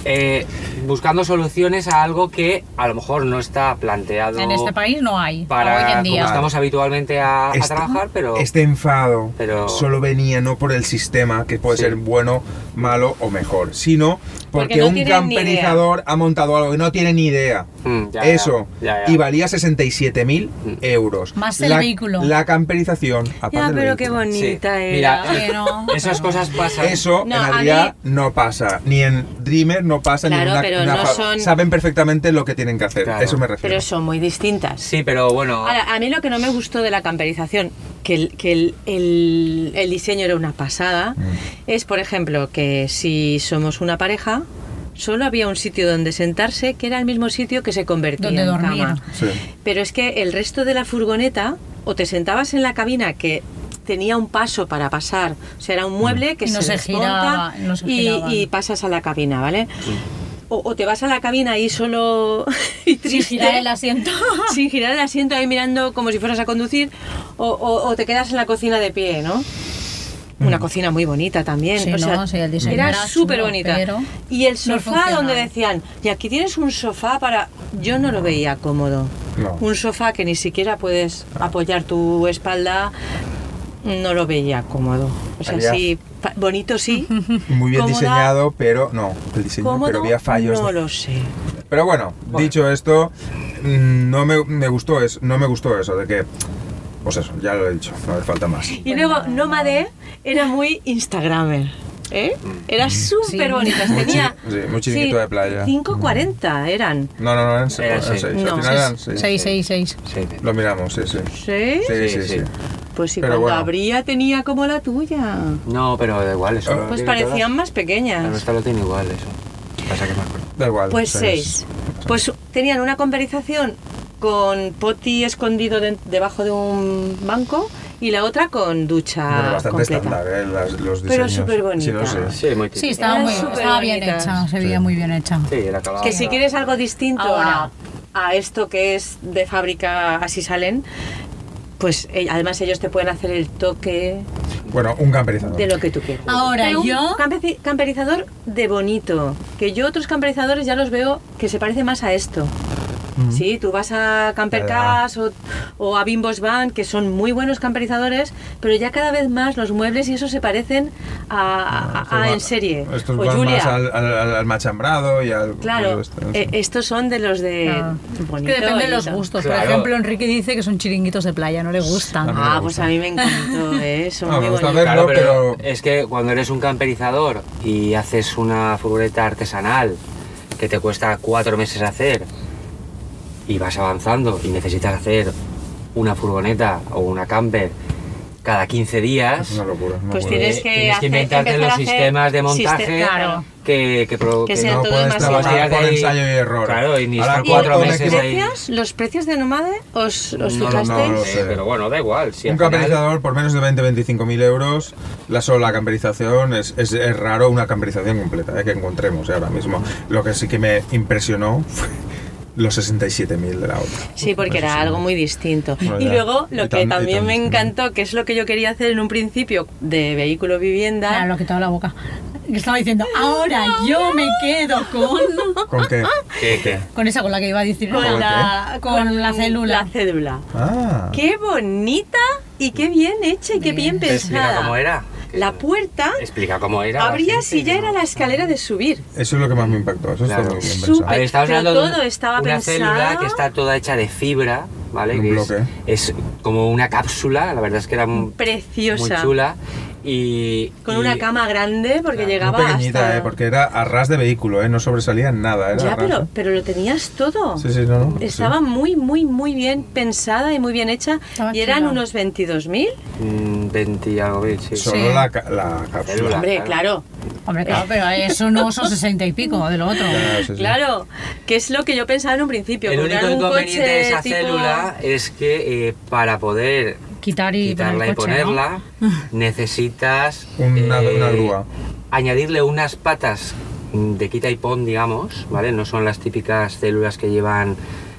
eh, buscando soluciones a algo que a lo mejor no está planteado En este país no hay. para hoy en como día. estamos habitualmente a, a Este- trabajar, pero Este enfado Pero- solo venía no por el sistema, que puede Sí. ser bueno, malo o mejor, sino porque, Porque no tienen un ni idea. camperizador ha montado algo que no tiene ni idea. Mm, ya, Eso, ya, Mm. ya. y valía 67.000 euros. Más el la, vehículo. La camperización, aparte Ya, del pero qué vehículo. bonita Sí. era. Mira, Que no. esas cosas pasan. Eso No, en a realidad no pasa, ni en Dreamer no pasa, ni en Claro, una, pero una no fa- son- Saben perfectamente lo que tienen que hacer, Claro. eso me refiero. Pero son muy distintas. Sí, pero bueno. Ahora, a mí lo que no me gustó de la camperización, que el, que el, el- el diseño era una pasada, es, por ejemplo, que si somos una pareja, solo había un sitio donde sentarse, que era el mismo sitio que se convertía Donde en dormir. cama. Sí. Pero es que el resto de la furgoneta, o te sentabas en la cabina que tenía un paso para pasar, o sea, era un mueble que Mm. Y no se desmonta giraba, no se y, giraban. y pasas a la cabina, ¿vale? O, o te vas a la cabina y solo y Sin triste, girar el asiento. sin girar el asiento ahí mirando como si fueras a conducir o, o- o te quedas en la cocina de pie, ¿no? Una cocina muy bonita también. Mm. Sí, o sea, no, sí, el diseño era era chulo, súper bonita. pero Y el no sofá funcionaba. donde decían, y aquí tienes un sofá para... Yo no lo veía cómodo. No. Un sofá que ni siquiera puedes apoyar tu espalda, no lo veía cómodo. O sea, Había- sí, pa- bonito sí. Muy bien cómoda, diseñado, pero no, el diseño, Cómodo, pero había fallos. no de- lo sé. Pero bueno, dicho esto, mm, no me, me gustó eso, no me gustó eso de que, pues eso, ya lo he dicho, no me falta más. Y luego Nómade era muy Instagramer. ¿eh? Era súper bonitas. Muy Tenía. chi- Mm. sí, muy chiringuito de playa. Mm. 5.40 eran. No, no, no, eran seis, Era eran seis. seis, No. al final eran seis. 666. Sí, Lo miramos, sí, sí. ¿Sí? Sí, sí, Sí, sí. sí. Pues si Pero cuando bueno. abría tenía como la tuya. No, pero da igual, eso. Ah. lo Pues tiene parecían más todas. La pequeñas. nuestra lo tiene igual, eso. Pasa que es más corto. Da igual. Pues seis. Pues tenían una conversación con Poti escondido de- debajo de un banco y la otra con Bueno, ducha bastante Ah, completa. estándar, ¿eh? Las- los Pero diseños. superbonita. Sí, no sé. Sí, muy Sí, típico. estaba, Eran muy, súper estaba bien bonitas. hecha, se veía muy bien hecha. Sí, era acabado. Que si quieres algo distinto Ahora. a, a esto que es de fábrica, así salen, pues eh, además ellos te pueden hacer el toque Bueno, un camperizador. de lo que tú quieras. Ahora, Pero un yo- camperi- camperizador de bonito, que yo otros camperizadores ya los veo que se parece más a esto. Mm. Sí, tú vas a Campercas o, o a Bimbos Van, que son muy buenos camperizadores, pero ya cada vez más los muebles y eso se parecen a, a- Ah, Estos a- va- ah, en serie. Estos o van más Julia. al, al- al- al machambrado y al. Claro, este, no sé. eh, estos son de los de... Ah. Es bonito, que depende de los bonito. gustos. Por Claro. ejemplo, Enrique dice que son chiringuitos de playa, no le gustan. mí me Ah, gusta. pues a mí me encantó eso, Ah, muy me gusta bonito. verlo. Claro, pero, pero- es que cuando eres un camperizador y haces una furgoneta artesanal que te cuesta cuatro meses hacer y vas avanzando y necesitas hacer una furgoneta o una camper cada 15 días, Es una locura. no Pues puedo. tienes eh, que hacer- inventarte empezar los a hacer sistemas de montaje siste- claro. que, que, pro- Que que sea no no- todo puedes demasiado. trabajar con Demasiado y- ensayo y error. Claro, y ni Ahora estar ¿Y cuatro con los meses equipo. ahí. precios, los precios de Nomade os, os no, no, fijasteis? no lo eh, sé. pero bueno, da igual. Si al un final- camperizador por menos de 20-25 mil euros, la sola camperización, es, es, es raro una camperización completa eh, que encontremos eh, ahora mismo. Lo que sí que me impresionó fue los 67 mil de la otra. Sí, porque Eso era sí. algo muy distinto. Bueno, y ya. luego lo Y que tan- y también tan me distinto. encantó, que es lo que yo quería hacer en un principio de vehículo vivienda, Ah, lo que toda la boca. Que estaba diciendo, ahora yo me quedo con. ¿Con qué? ¿Qué, qué? Con esa con la que iba a decir. ¿Con la, con la célula. la cédula. Ah, Qué bonita y qué bien hecha y qué bien ¿Te Pues explica pensada. cómo era? La puerta Explica cómo era. abría la gente, si ya ¿no? era la escalera de subir. eso es lo que más me impactó. Eso Claro. está muy bien Súper. pensado. A ver, estamos Pero hablando de un- todo estaba una pensado. célula que está toda hecha de fibra, ¿vale? Un Que es- bloque. Es, como una cápsula, la verdad es que era un- Preciosa. muy chula. Y, Con y- una cama grande porque llegaba Muy pequeñita, hasta... eh, porque era a ras de vehículo, eh, no sobresalía en nada. Era a Ya, ras, pero, eh. pero lo tenías todo. Sí, sí, no, no, sí. Estaba muy, muy, muy bien pensada y muy bien hecha. Estaba y eran chula. unos 22.000. mm, 20 y algo, mil, sí. Solo Sí. la, ca- la cápsula. Célula. Hombre, claro. claro. Hombre, claro, pero eso no son sesenta y pico de lo otro. Claro, sí, sí. Claro, que es lo que yo pensaba en un principio. El comprar único un inconveniente coche de esa tipo- célula es que eh, para poder Quitar y quitarla y poner el coche, ¿no? ponerla necesitas eh, Una- una grúa. añadirle unas patas mm, de quita y pon, digamos, ¿vale? No son las típicas células que llevan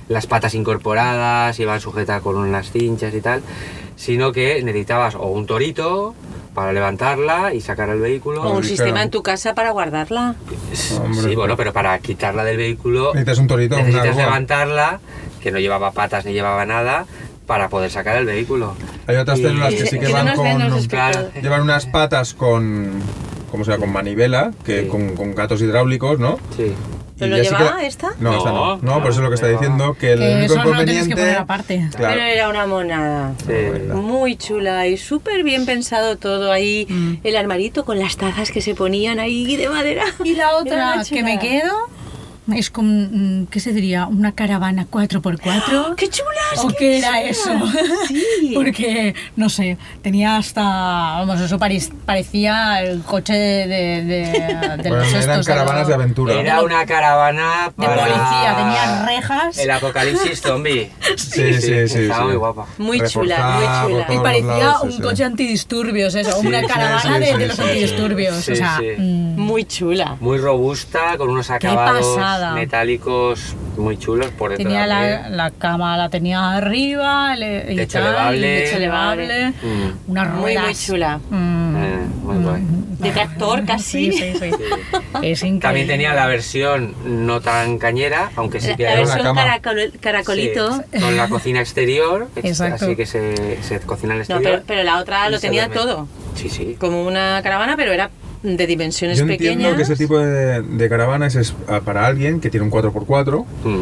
las patas incorporadas y van sujetas con unas cinchas y tal, sino que necesitabas o un torito para levantarla y sacar el vehículo. O un Ligera. sistema en tu casa para guardarla. Hombre, sí, pero- bueno, pero para quitarla del vehículo Necesitas un torito, una necesitas grúa. levantarla, que no llevaba patas ni llevaba nada, para poder sacar el vehículo. Hay otras Y- células que sí Que que no van nos ven con. los Claro. espectadores. Llevan unas patas con. ¿Cómo se llama? Con manivela, que Sí. con, con gatos hidráulicos, ¿no? Sí. ¿Pero ya lo sí llevaba que- esta? No, esta no. No, No, claro, por eso es lo que está llevaba. diciendo, que el Que único eso no lo tienes que inconveniente. poner aparte. Claro. Pero era una monada. sí. Muy chula y súper bien pensado todo ahí. Mm. El armarito con las tazas que se ponían ahí de madera. Y la otra, otra que me chula. quedo es con, mm, ¿qué se diría? Una caravana 4x4. ¡Qué chulas! ¿O qué era eso? Sí. Porque, no sé, tenía hasta. Vamos, eso pare- parecía el coche de. de, de- de Bueno, los eran estos, caravanas lo- de aventura. Era una caravana De para- policía, tenía rejas. El apocalipsis zombie. Sí, sí, sí. sí, Estaba sí. muy guapa. Muy chula, Reforzada muy chula. por todos Y los parecía lados, sí, un sí. coche antidisturbios, eso, Sí, una sí, caravana sí, de, sí, de los sí, antidisturbios. sí, o sea, sí. mm, Muy chula. Muy robusta, con unos acabados pasada. metálicos muy chulos por detrás. tenía la, la cama, la tenía arriba, le, y Techo tal, elevable. techo elevable, Mm. unas Muy, ruedas. muy chula. Mm, Eh, muy guay. De tractor casi. sí, sí, sí. Es increíble. También tenía la versión no tan cañera, aunque sí La, que la hay una versión cama. caracol- caracolito. Sí, con la cocina exterior, ex- Exacto. así que se, se cocina al No, pero, exterior. pero la otra y lo se tenía duerme. todo. Sí, sí. Como una caravana, pero era de dimensiones Yo pequeñas. entiendo que ese tipo de, de caravanas es ah, para alguien que tiene un 4x4, Mm.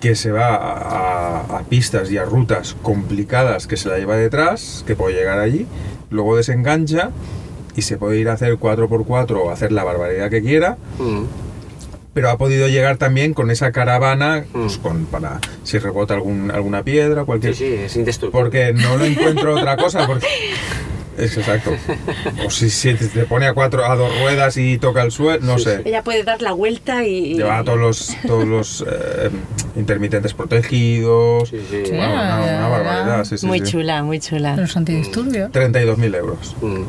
que se va a, a- a pistas y a rutas complicadas que se la lleva detrás, que puede llegar allí, luego desengancha y se puede ir a hacer 4x4 o hacer la barbaridad que quiera, Mm. pero ha podido llegar también con esa caravana, pues, Mm. con, para si rebota algún, alguna piedra, Sí, cualquier... sí, es indestructible. Porque no lo encuentro otra cosa, porque... Es exacto. O si, si te- te pone a cuatro a dos ruedas y toca el suelo, no Sí, sé. Ella puede dar la vuelta y. Llevaba todos los, todos los eh, intermitentes protegidos. Sí, sí. Sí. Bueno, una, una Ah, barbaridad, sí, sí. muy sí. chula, muy chula. Los antidisturbios. 32.000 euros. Mm.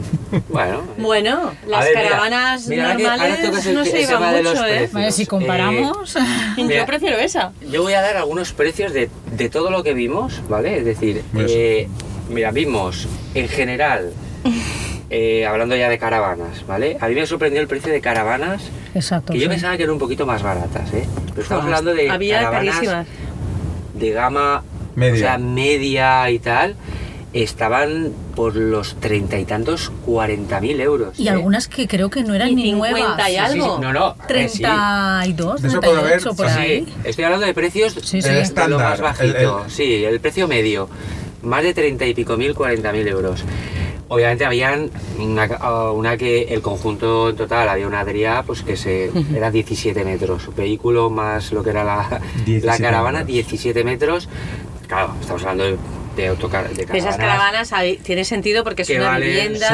Bueno. Bueno, A las ver, mira, caravanas mira, ahora que- ahora normales tocas el no te- se el iban tema de los mucho, ¿eh? precios. Vale, si Eh, comparamos. Mira. Yo prefiero esa. Yo voy a dar algunos precios de, de todo lo que vimos, ¿vale? Es decir, Eso. eh, mira, vimos en general, eh, hablando ya de caravanas, ¿vale? A mí me sorprendió el precio de caravanas, Exacto. Mm. que yo sí. pensaba que eran un poquito más baratas, ¿eh? Pero estamos hablando de Había caravanas carísimas. de gama Media. o sea, media y tal. Estaban por los treinta y tantos, cuarenta mil euros. Y ¿eh? algunas que creo que no eran Y ni nuevas. 50 y Sí, sí, sí. algo. No, no, eh, sí. 32, De eso puede haber- 38 por Sí, ahí. estoy hablando de precios Sí, sí. El de lo estándar, más el- bajito. el- Sí, el precio medio. Más de treinta y pico mil, cuarenta mil euros. Obviamente habían una, ca- una que el conjunto en total, había una adriá pues que se, era 17 metros. Vehículo más lo que era la, 17 la caravana, metros. 17 metros. Claro, estamos hablando de, de autocar de Esas caravanas ahí, tiene sentido porque es Que una valen vivienda.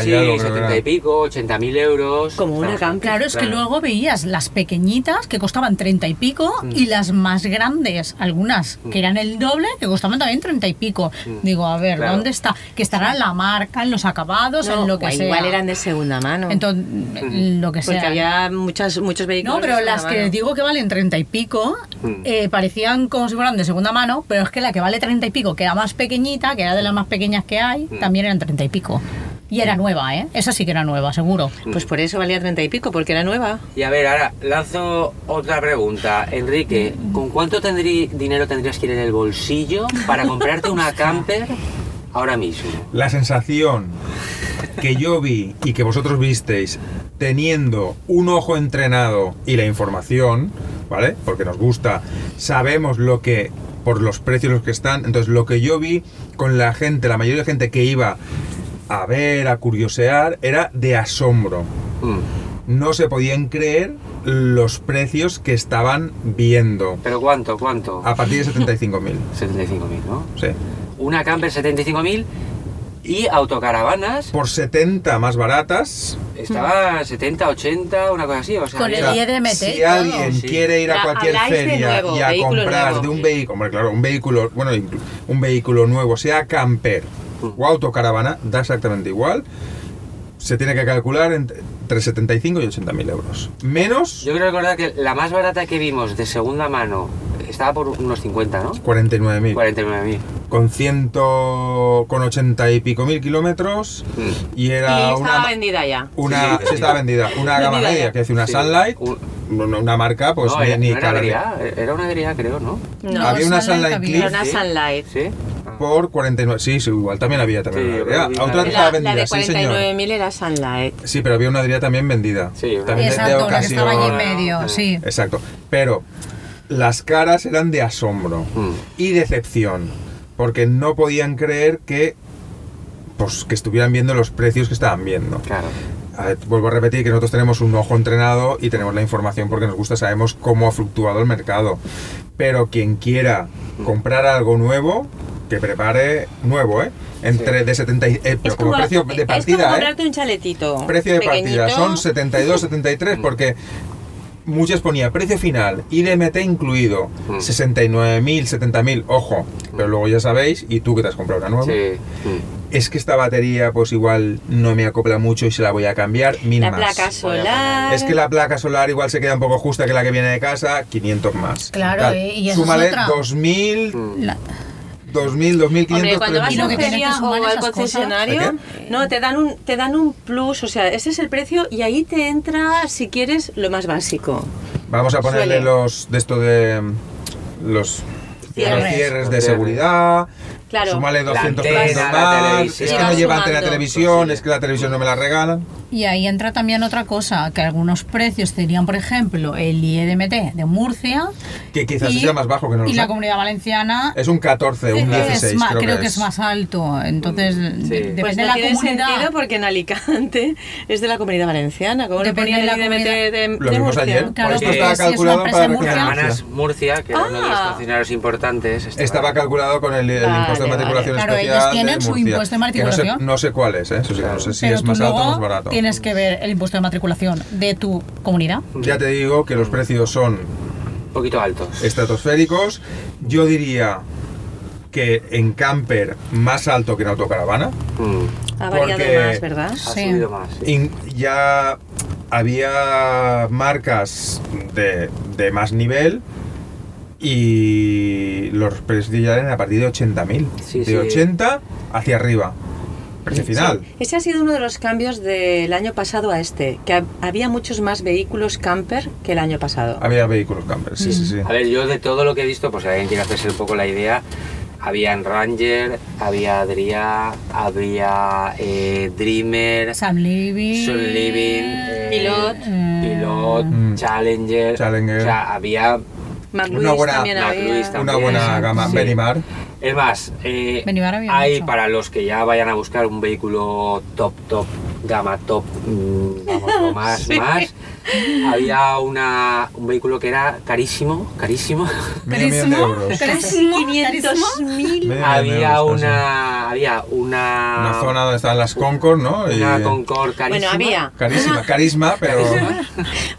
70 Sí, y algo, creo que 70 y era. pico, 80 mil euros. Como una Estamos- camper. Claro, es que Claro. luego veías las pequeñitas que costaban 30 y pico Mm. y las más grandes, algunas que eran el doble, que costaban también 30 y pico. Digo, a ver, Mm. Claro. ¿dónde está? Que estará en la marca, en los acabados, No, en lo que o sea. igual eran de segunda mano. Entonces, Mm. lo que sea. porque había muchas, muchos vehículos. No, pero de segunda las que mano. digo que valen 30 y pico Mm. eh, parecían como si fueran de segunda mano, pero es que la que vale 30 y pico, que era más pequeñita, que era de las más pequeñas que hay, Mm. también eran 30 y pico. Y era nueva, ¿eh? Esa sí que era nueva, seguro. Mm. Pues por eso valía treinta y pico, porque era nueva. Y a ver, ahora lanzo otra pregunta. Enrique, ¿con cuánto tendrí- dinero tendrías que ir en el bolsillo para comprarte una camper ahora mismo? La sensación que yo vi y que vosotros visteis teniendo un ojo entrenado y la información, ¿vale? Porque nos gusta, sabemos lo que por los precios los que están, entonces lo que yo vi con la gente, la mayoría de gente que iba a ver, a curiosear, era de asombro. Mm. No se podían creer los precios que estaban viendo. ¿Pero cuánto? ¿Cuánto? A partir de 75.000. 75.000, ¿no? Sí. Una camper 75.000 y autocaravanas Por 70 más baratas. estaba 70, 80, una cosa así. O sea, Con el era- O sea, 10 de MT y si todo. alguien Sí. quiere ir a Ya, cualquier habláis de feria nuevo, y a vehículo comprar nuevo. de un vehículo, hombre, claro, un vehículo, bueno, inclu- un vehículo nuevo, sea camper o autocaravana, da exactamente igual. Se tiene que calcular entre, entre 75 y 80 mil euros. Menos Yo creo recordar que la más barata que vimos de segunda mano estaba por unos 50, ¿no? 49 mil. 49.000. Con ciento, con 80 y pico mil kilómetros Mm. y y era estaba una, vendida ya. una Sí, sí, sí, estaba vendida, una gama Vendida ya. media, que es una Sí. Sunlight, Un- una una marca pues no, ni, era, ni no era cara de- griá, era una griá, creo, ¿no? No, había una Sunlight Sunlight había. Cliff. Era una Sí. Sunlight. Sí. Ah. Por 49. Sí, sí, igual también había Sí, también. yo una creo Adria. que vi A otra una estaba La, vendida, la de sí, señor. 49.000 era Sunlight. Sí, pero había una Adria también vendida. Sí, una también de- de, Exacto, la que ocasión. estaba allí en medio, sí. Exacto. Pero las caras eran de asombro Mm. y decepción, porque no podían creer que pues que estuvieran viendo los precios que estaban viendo. Claro. A ver, vuelvo a repetir que nosotros tenemos un ojo entrenado y tenemos la información porque nos gusta, sabemos cómo ha fluctuado el mercado. Pero quien quiera comprar algo nuevo, que prepare nuevo, ¿eh? Entre de 70 y- eh, pero como, precio de es como partida, ¿eh? comprarte un chaletito. Precio de pequeñito. partida, Mm. son 72, 73 porque muchas ponía precio final, IDMT incluido, Mm. 69.000, 70.000, ojo, Mm. pero luego ya sabéis, y tú que te has comprado una nueva, Sí. Mm. es que esta batería pues igual no me acopla mucho y se la voy a cambiar, mil La más. placa solar. Es que la placa solar igual se queda un poco justa que la que viene de casa, 500 más. Claro, eh, y eso es Súmale otra. 2000, Mm. La- 2000, 2500. Hombre, cuando vas Y a lo una que tienes feria que o sumar al esas cosas. concesionario, no, te dan, un, te dan un plus, o sea, ese es el precio y ahí te entra, si quieres, lo más básico. Vamos a ponerle Suele. los de esto de mm, los Cierres. los cierres de Los cierres. seguridad. Claro. Súmale La 200 antena, pesos la más. televisión. Es que no Vas lleva sumando. antena televisión, Sí. es que la televisión no me la regalan. Y ahí entra también otra cosa, que algunos precios tenían, por ejemplo, el E IEDMT de Murcia. Que quizás y- sea más bajo que no lo Y la sé. comunidad valenciana Es un 14, un es 16, más- creo, que, es. más alto. Entonces, de- sí. depende Pues de no la tiene comunidad. sentido porque en Alicante es de la comunidad valenciana. ¿Cómo le Depende ponían de la el IDMT de, de Lo vimos Murcia? ayer. Claro, Por esto porque estaba si es una calculado empresa para en Murcia. reclamar. Hermanas Murcia, que era uno de los Ah. concesionarios importantes. estaba- Estaba calculado con el, el Vale, impuesto de vale. matriculación Claro, especial. ellos tienen de su Murcia, impuesto de que no sé- No sé, matriculación. cuál es, ¿eh? Eso sí que no sé si Pero es tú más alto o luego más barato. Tienes que ver el impuesto de matriculación de tu comunidad. Ya te digo que los precios son Un poquito altos. estratosféricos. Yo diría que en camper más alto que en autocaravana. Mm. Ha variado Porque- más, ¿verdad? Ha Sí. subido más. sí. In- ya había marcas de, de más nivel y los precios ya eran a partir de 80.000. Sí, de sí. 80 hacia arriba. Precio final. Ese ha sido uno de los cambios del año pasado a este, que ha- había muchos más vehículos camper que el año pasado. Había vehículos camper, sí, sí, sí. A ver, yo de todo lo que he visto, pues si alguien quiere hacerse un poco la idea, habían Ranger, había Adria, había eh, Dreamer, Sam Living. Soul Living, eh, Pilot. Pilot, Mm. Challenger. Challenger. O sea, había. McLuis Una buena- también había. McLuis también. Una buena Exacto. gama. Sí. Benimar. Es más, eh, Benimar había hay mucho. para los que ya vayan a buscar un vehículo top, top, gama top, mm, vamos, lo más, más. Había una, un vehículo que era carísimo, carísimo. Medio millón de euros. Casi 500.000. Medio millón de había euros, casi. una, había una, Una zona donde estaban las Concord, ¿no? Y- una Concorde Bueno, carísima. había Carísima, carisma, pero.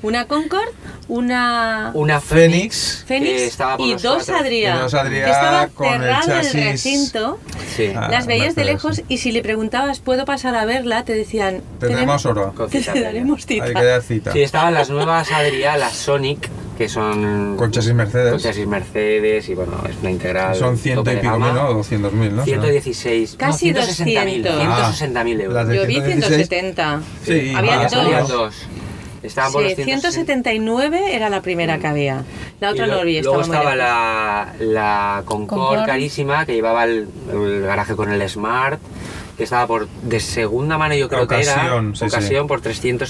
una Concord, una Una Fénix. Fénix. que Fénix estaba con y nosotros. dos Adrià. Y dos Adrià que estaba con el cerrado el, chasis. recinto. Sí, Ah, las veías de Mercedes, lejos y si le preguntabas, ¿puedo pasar a verla? Te decían, Tendremos oro. con te, cita te previa. daremos Hay cita. que dar cita. Sí, estaban las nuevas Adria, las Sonic, que son... Con chasis Con Mercedes. chasis Mercedes y bueno, es una integral. Son ciento tope y de pico gama. mil, ¿no? O 200 mil, ¿no? 116. Casi 160.000, 200. 160.000 Las euros. de Yo vi 116. 170. Sí, ah, Había más, dos. había Estaban por Sí, los 160. 179 era la primera que había. La otra Y lo- no vi, Luego estaba muy estaba lejos. la, la Concorde Concorde. carísima que llevaba el, el garaje con el Smart, que estaba por de segunda mano, yo creo que Ocasión, era, sí, sí. ocasión por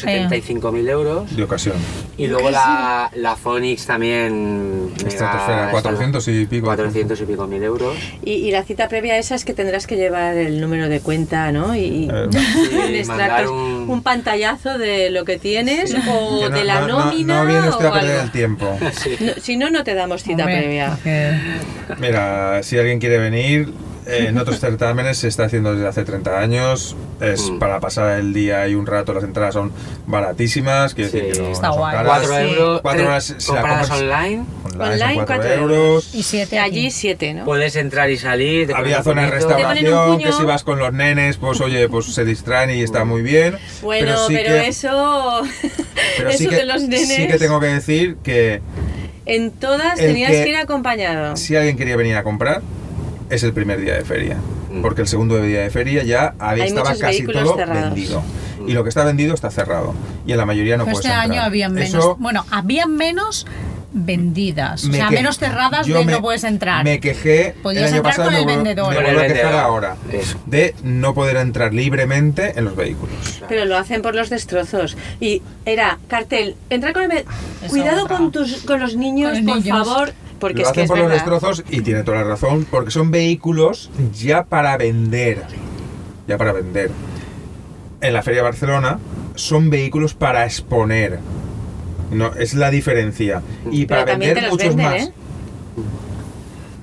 375.000 euros. de ocasión. Y luego la, la Phoenix también. mega Estratosfera, 400 y pico. 400 y pico mil euros. Y, y la cita previa a esa es que tendrás que llevar el número de cuenta, ¿no? Y, y Eh, un, mandar extracto, un- un pantallazo de lo que tienes o que no- de la no- no- nómina. No, viene o usted a perder algo. el tiempo. No, si no, no te damos cita Hombre, previa. porque- Mira, si alguien quiere venir, eh, en otros certámenes se está haciendo desde hace 30 años. Es Mm. para pasar el día y un rato. Las entradas son baratísimas. Quiero decir Sí. que no, Está no son guay. caras. Cuatro Sí. euros. Cuatro tres- horas si la compradas compras- online. Online, son Online, cuatro 4 euros. euros. Y siete Allí aquí. 7, ¿no? Puedes entrar y salir. te Había ponen zona de Te bonito. ponen un restauración puño. que si vas con los nenes, pues oye, pues se distraen y está muy bien. Bueno, pero, sí que- eso. pero eso sí que, de los nenes. sí que tengo que decir que En todas el tenías que- que ir acompañado. si alguien quería venir a comprar, es el primer día de feria. Mm. Porque el segundo día de feria ya había, Hay estaba muchos casi vehículos todo cerrados. vendido. Mm. Y lo que está vendido está cerrado. Y en la mayoría no Pero puedes este año entrar. habían menos. Eso Bueno, habían menos vendidas. o me sea, que- menos cerradas yo de me- no puedes entrar. Me quejé el Podías año entrar pasado con me el vuelvo- vendedor. me Con el vuelvo a quejar vendedor. ahora. Eso. De no poder entrar libremente en los vehículos. Pero lo hacen por los destrozos. Y era cartel, entra con el... ve- Cuidado Ah, otra. con, tus, con los niños, Con los por niños. favor, porque lo es hacen que es por los verdad. destrozos y tiene toda la razón, porque son vehículos ya para vender. Ya para vender. En la Feria de Barcelona son vehículos para exponer. No, es la diferencia. Y Pero para también te vender los muchos venden, más. ¿eh?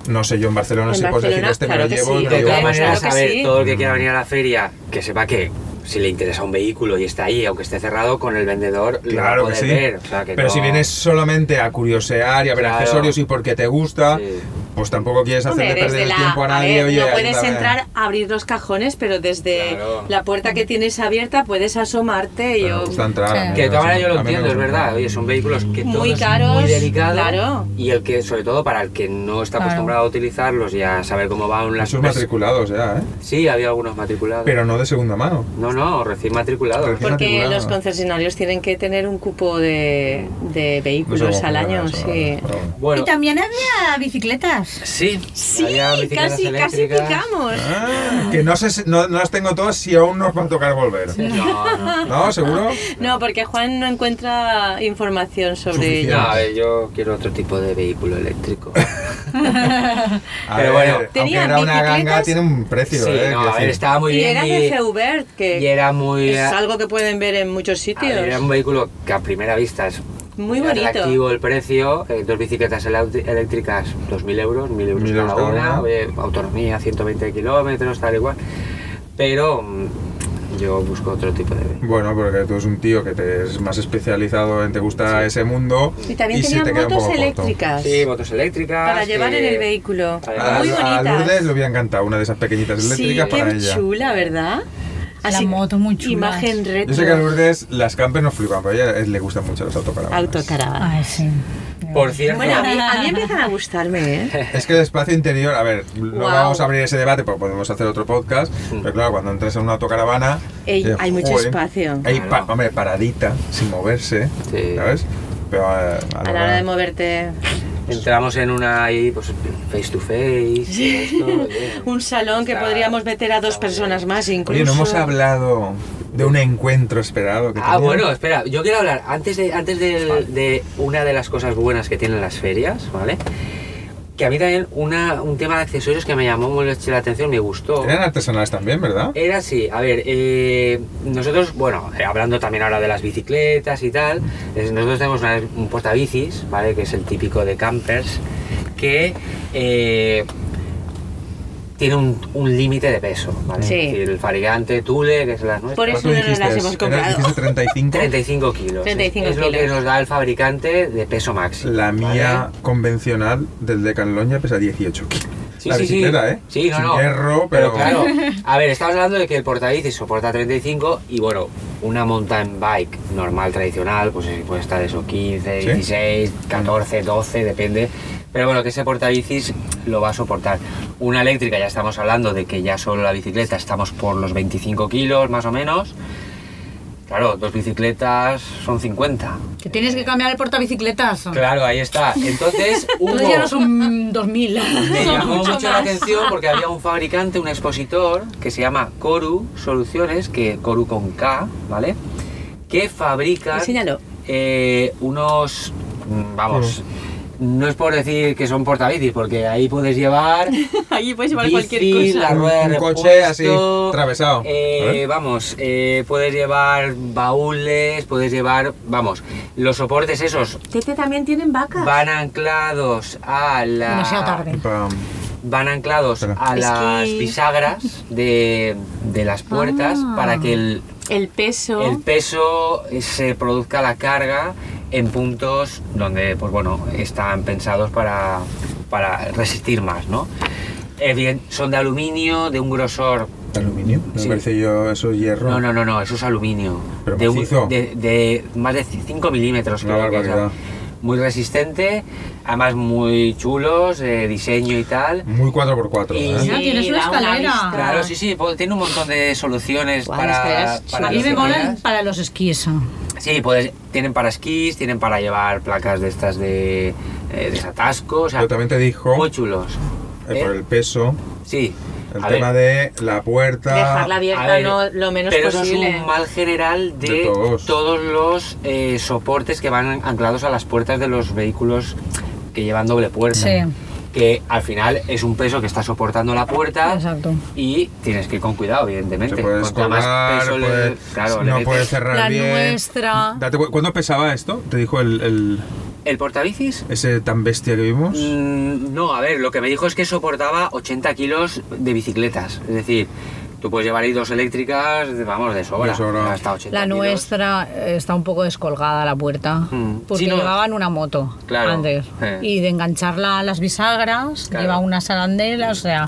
No sé, yo en Barcelona En si puedes decir Barcelona, este me claro lo que llevo, sí, te De digo, todas Claro pues, maneras, que a ver, sí. todo el que quiera venir a la feria, que sepa que si le interesa un vehículo y está ahí, aunque esté cerrado, con el vendedor lo va a Claro que poder sí. ver. O sea, que Pero no- si vienes solamente a curiosear y a ver Claro. accesorios y porque te gusta, Sí. pues tampoco quieres Hombre, hacerle desde perder el la- tiempo a a nadie. ver, oye, no puedes ayúdame. entrar a abrir los cajones, pero desde Claro. la puerta que tienes abierta puedes asomarte y Pero me o- gusta entrar, Sí. a mí Que me de todas gusta- maneras yo lo a mí me entiendo, es gusta entrar. verdad. Oye, son vehículos que todo Muy es caros, muy delicado. claro. Y el que, sobre todo, para el que no está Claro. acostumbrado a utilizarlos y a saber cómo van las Muchos matriculados ya, ¿eh? Sí, había algunos matriculados. Pero no de segunda mano. No, no, recién matriculados. Recién- Porque matriculado. los concesionarios tienen que tener un cupo de, de vehículos al año, Pues sí. Bueno, también había bicicletas. sí. Sí, había bicicletas casi, casi eléctricas. picamos. Ah. que no, sé, si- no, no las tengo todas si aún nos va a tocar volver. No, no. ¿No? ¿Seguro? No, porque Juan no encuentra información sobre Suficiente. ello. Ah, No, a ver, eh, yo quiero otro tipo de vehículo eléctrico. A Pero ver, bueno. aunque Tenían era una bicicletas- ganga, tiene un precio, Sí, ¿eh? no, Quiero a ver, decir, estaba muy Y bien. era de Feubert, que y era muy. es algo que pueden ver en Ah, muchos a ver, era un sitios. vehículo que a primera vista es Muy muy bonito. atractivo el precio. eh, dos bicicletas elauti- eléctricas, 2.000 euros, 1.000 euros 1.000 cada euros cada una. una. oye, autonomía, 120 kilómetros, tal igual. Pero mm, yo busco otro tipo de vehículo. Bueno, porque tú eres un tío que te es más especializado en te gusta ese mundo Y también se te tenían queda un motos poco corto. eléctricas Sí, motos eléctricas. para llevar que- en el vehículo. Además, Muy A- A Lourdes bonitas. le hubiera encantado una de esas pequeñitas Sí, eléctricas para qué ella. chula, ¿verdad? La moto muy chulas. Imagen retro. Yo sé que a Lourdes las campers no flipan, pero a ella le gustan mucho las autocaravanas. Autocaravana. Ay, sí. Por cierto, Bueno, a mí, a mí empiezan a gustarme, ¿eh? Es que el espacio interior, a ver, no Guau. vamos a abrir ese debate porque podemos hacer otro podcast, pero claro, cuando entras en una autocaravana... Ey, dices, hay mucho "Joder". espacio. Hay, Claro. pa- hombre, paradita, sin moverse, Sí. ¿sabes? Pero eh, a, a A la hora de moverte. entramos en una ahí, pues face to face. esto, oye. Un salón que Está- podríamos meter a dos está muy personas más incluso. Oye, no hemos hablado de un encuentro esperado que Ah, tenía. bueno, espera, yo quiero hablar antes de antes del- Vale. de una de las cosas buenas que tienen las ferias, ¿vale? Que a mí también una, un tema de accesorios que me llamó mucho la atención, me gustó. Eran artesanales también, ¿verdad? Era así, a ver, eh, nosotros, bueno, eh, hablando también ahora de las bicicletas y tal, es- nosotros tenemos una- un portabicis, ¿vale? Que es el típico de campers, que eh, tiene un, un límite de peso, ¿vale? Sí. Es decir, el fabricante Thule, que es la nuestra. Por eso no nos las hemos Era- comprado. dijiste 35. 35 kilos. 35 es, es lo que kilos. nos da el fabricante de peso máximo. La mía ¿vale? convencional del Decathlon ya pesa 18 kilos. Sí, la sí, sí. bicicleta, ¿eh? Sí, no, Sin no. hierro, pero... Pero claro, a ver, estamos hablando de que el portabicis soporta 35 y bueno, una mountain bike normal, tradicional, pues eh, puede estar eso, 15, Sí. 16, 14, 12, depende. Pero bueno, que ese portabicis lo va a soportar. Una eléctrica, ya estamos hablando de que ya solo la bicicleta estamos por los 25 kilos más o menos. Claro, dos bicicletas son 50. Que tienes que cambiar el portabicicletas. Claro, ahí está. Entonces hubo... Entonces ya no son 2000. Me son llamó mucho, la más. atención porque había un fabricante, un expositor, que se llama Coru Soluciones, que Coru con K, ¿vale? Que fabrica Enséñalo. eh, unos, mm, vamos, no es por decir que son portabicis, porque ahí puedes llevar Allí puedes llevar bici, cualquier la cosa. rueda de Un repuesto, coche así, atravesado. eh, A ver. vamos, eh, puedes llevar baúles, puedes llevar, vamos, los soportes esos Tete también tienen vacas. van anclados a la Demasiado tarde. Pam. van anclados Espera. a Es las que- bisagras de, de las puertas Ah. para que el, El peso. el peso se produzca la carga en puntos donde pues bueno están pensados para, para resistir más no Eh, bien, son de aluminio de un grosor ¿Aluminio? Me Sí. parece yo eso hierro. no no no no eso es aluminio Pero de, un- macizo. de, de más de 5 milímetros Una creo que es, barbaridad. muy resistente además muy chulos eh, diseño y tal Muy 4x4. Y- ¿eh? Ah, tienes una da una escalera. vista. Claro, sí, sí, po- tiene un montón de soluciones Guau, las para, escaleras para A mí los me molan esquíes. para los esquís. Sí, puedes- tienen para esquís, tienen para llevar placas de estas de eh, desatasco, o sea, Pero también te dijo, muy chulos. eh, por ¿Eh? el peso, Sí. el a tema ver, de la puerta. Dejarla abierta a ver, no, lo menos pero eso posible. es un mal general de, De todos. los eh, soportes que van anclados a las puertas de los vehículos que llevan doble puerta. Sí. Que al final es un peso que está soportando la puerta. Exacto. Y tienes que ir con cuidado, Te evidentemente. puedes Cuanto más colgar, peso le- puedes- claro, le no metes- puedes cerrar La bien. nuestra. Date cu- ¿Cuándo pesaba esto? ¿Te dijo el, el- ¿El portabicis? ese tan bestia que vimos? Mm, no, a ver, lo que me dijo es que soportaba 80 kilos de bicicletas. Es decir, tú puedes llevar ahí dos eléctricas, vamos, de sobra. De sobra. Hasta 80 La kilos. nuestra eh, está un poco descolgada la puerta Mm. porque Sí, no. llevaban una moto Claro. antes Eh. y de engancharla a las bisagras Claro. lleva unas arandelas, o sea,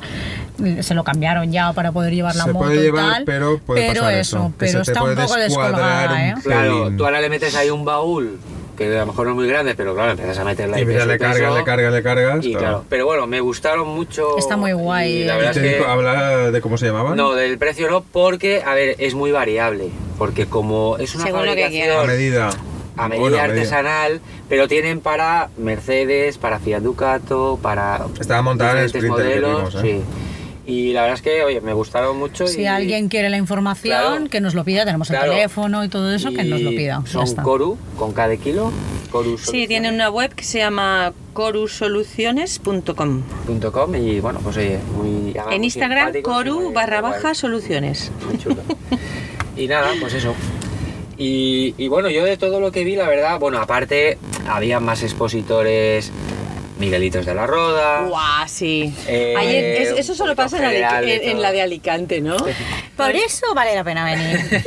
se lo cambiaron ya para poder llevar la se moto puede y llevar, tal, pero puede pasar eso. que se pero te está un puede poco descuadrar descolgada, ¿eh? un Claro, pelín. tú ahora le metes ahí un baúl, que a lo mejor no es muy grande, pero claro, empiezas a meterle ahí Y mira, peso, le cargas, peso, le cargas, le cargas. y todo. claro, pero bueno, me gustaron mucho. Está muy guay, y la eh. ¿Y verdad te es que- dijo, habla de cómo se llamaban? No, del precio no, porque, a ver, es muy variable. Porque como es una Según lo que fabricación A medida. a medida Bueno, artesanal, pero tienen para Mercedes, para Fiat Ducato, para Estaba montada en el diferentes Sprinter que modelos. vimos, ¿eh? sí. Y la verdad es que, oye, me gustaron mucho. Si y- alguien quiere la información, Claro. que nos lo pida, tenemos Claro. el teléfono y todo eso, que nos lo y pida. ya Son está. Coru, con cada kilo. Coru Sí, tienen una web que se llama corusoluciones.com. .com y bueno, pues oye, Ah, muy además, En muy Instagram, simpáticos y coru muy- barra muy baja guay. soluciones. Muy chulo. Y nada, pues eso. Y, y bueno, yo de todo lo que vi, la verdad, bueno, aparte había más expositores, Miguelitos de la Roda. ¡Guau, sí! Eh, Ayer- es- eso un solo poquito pasa en, Alic- general de en- en todo. la de Alicante, ¿no? Por eso vale la pena venir.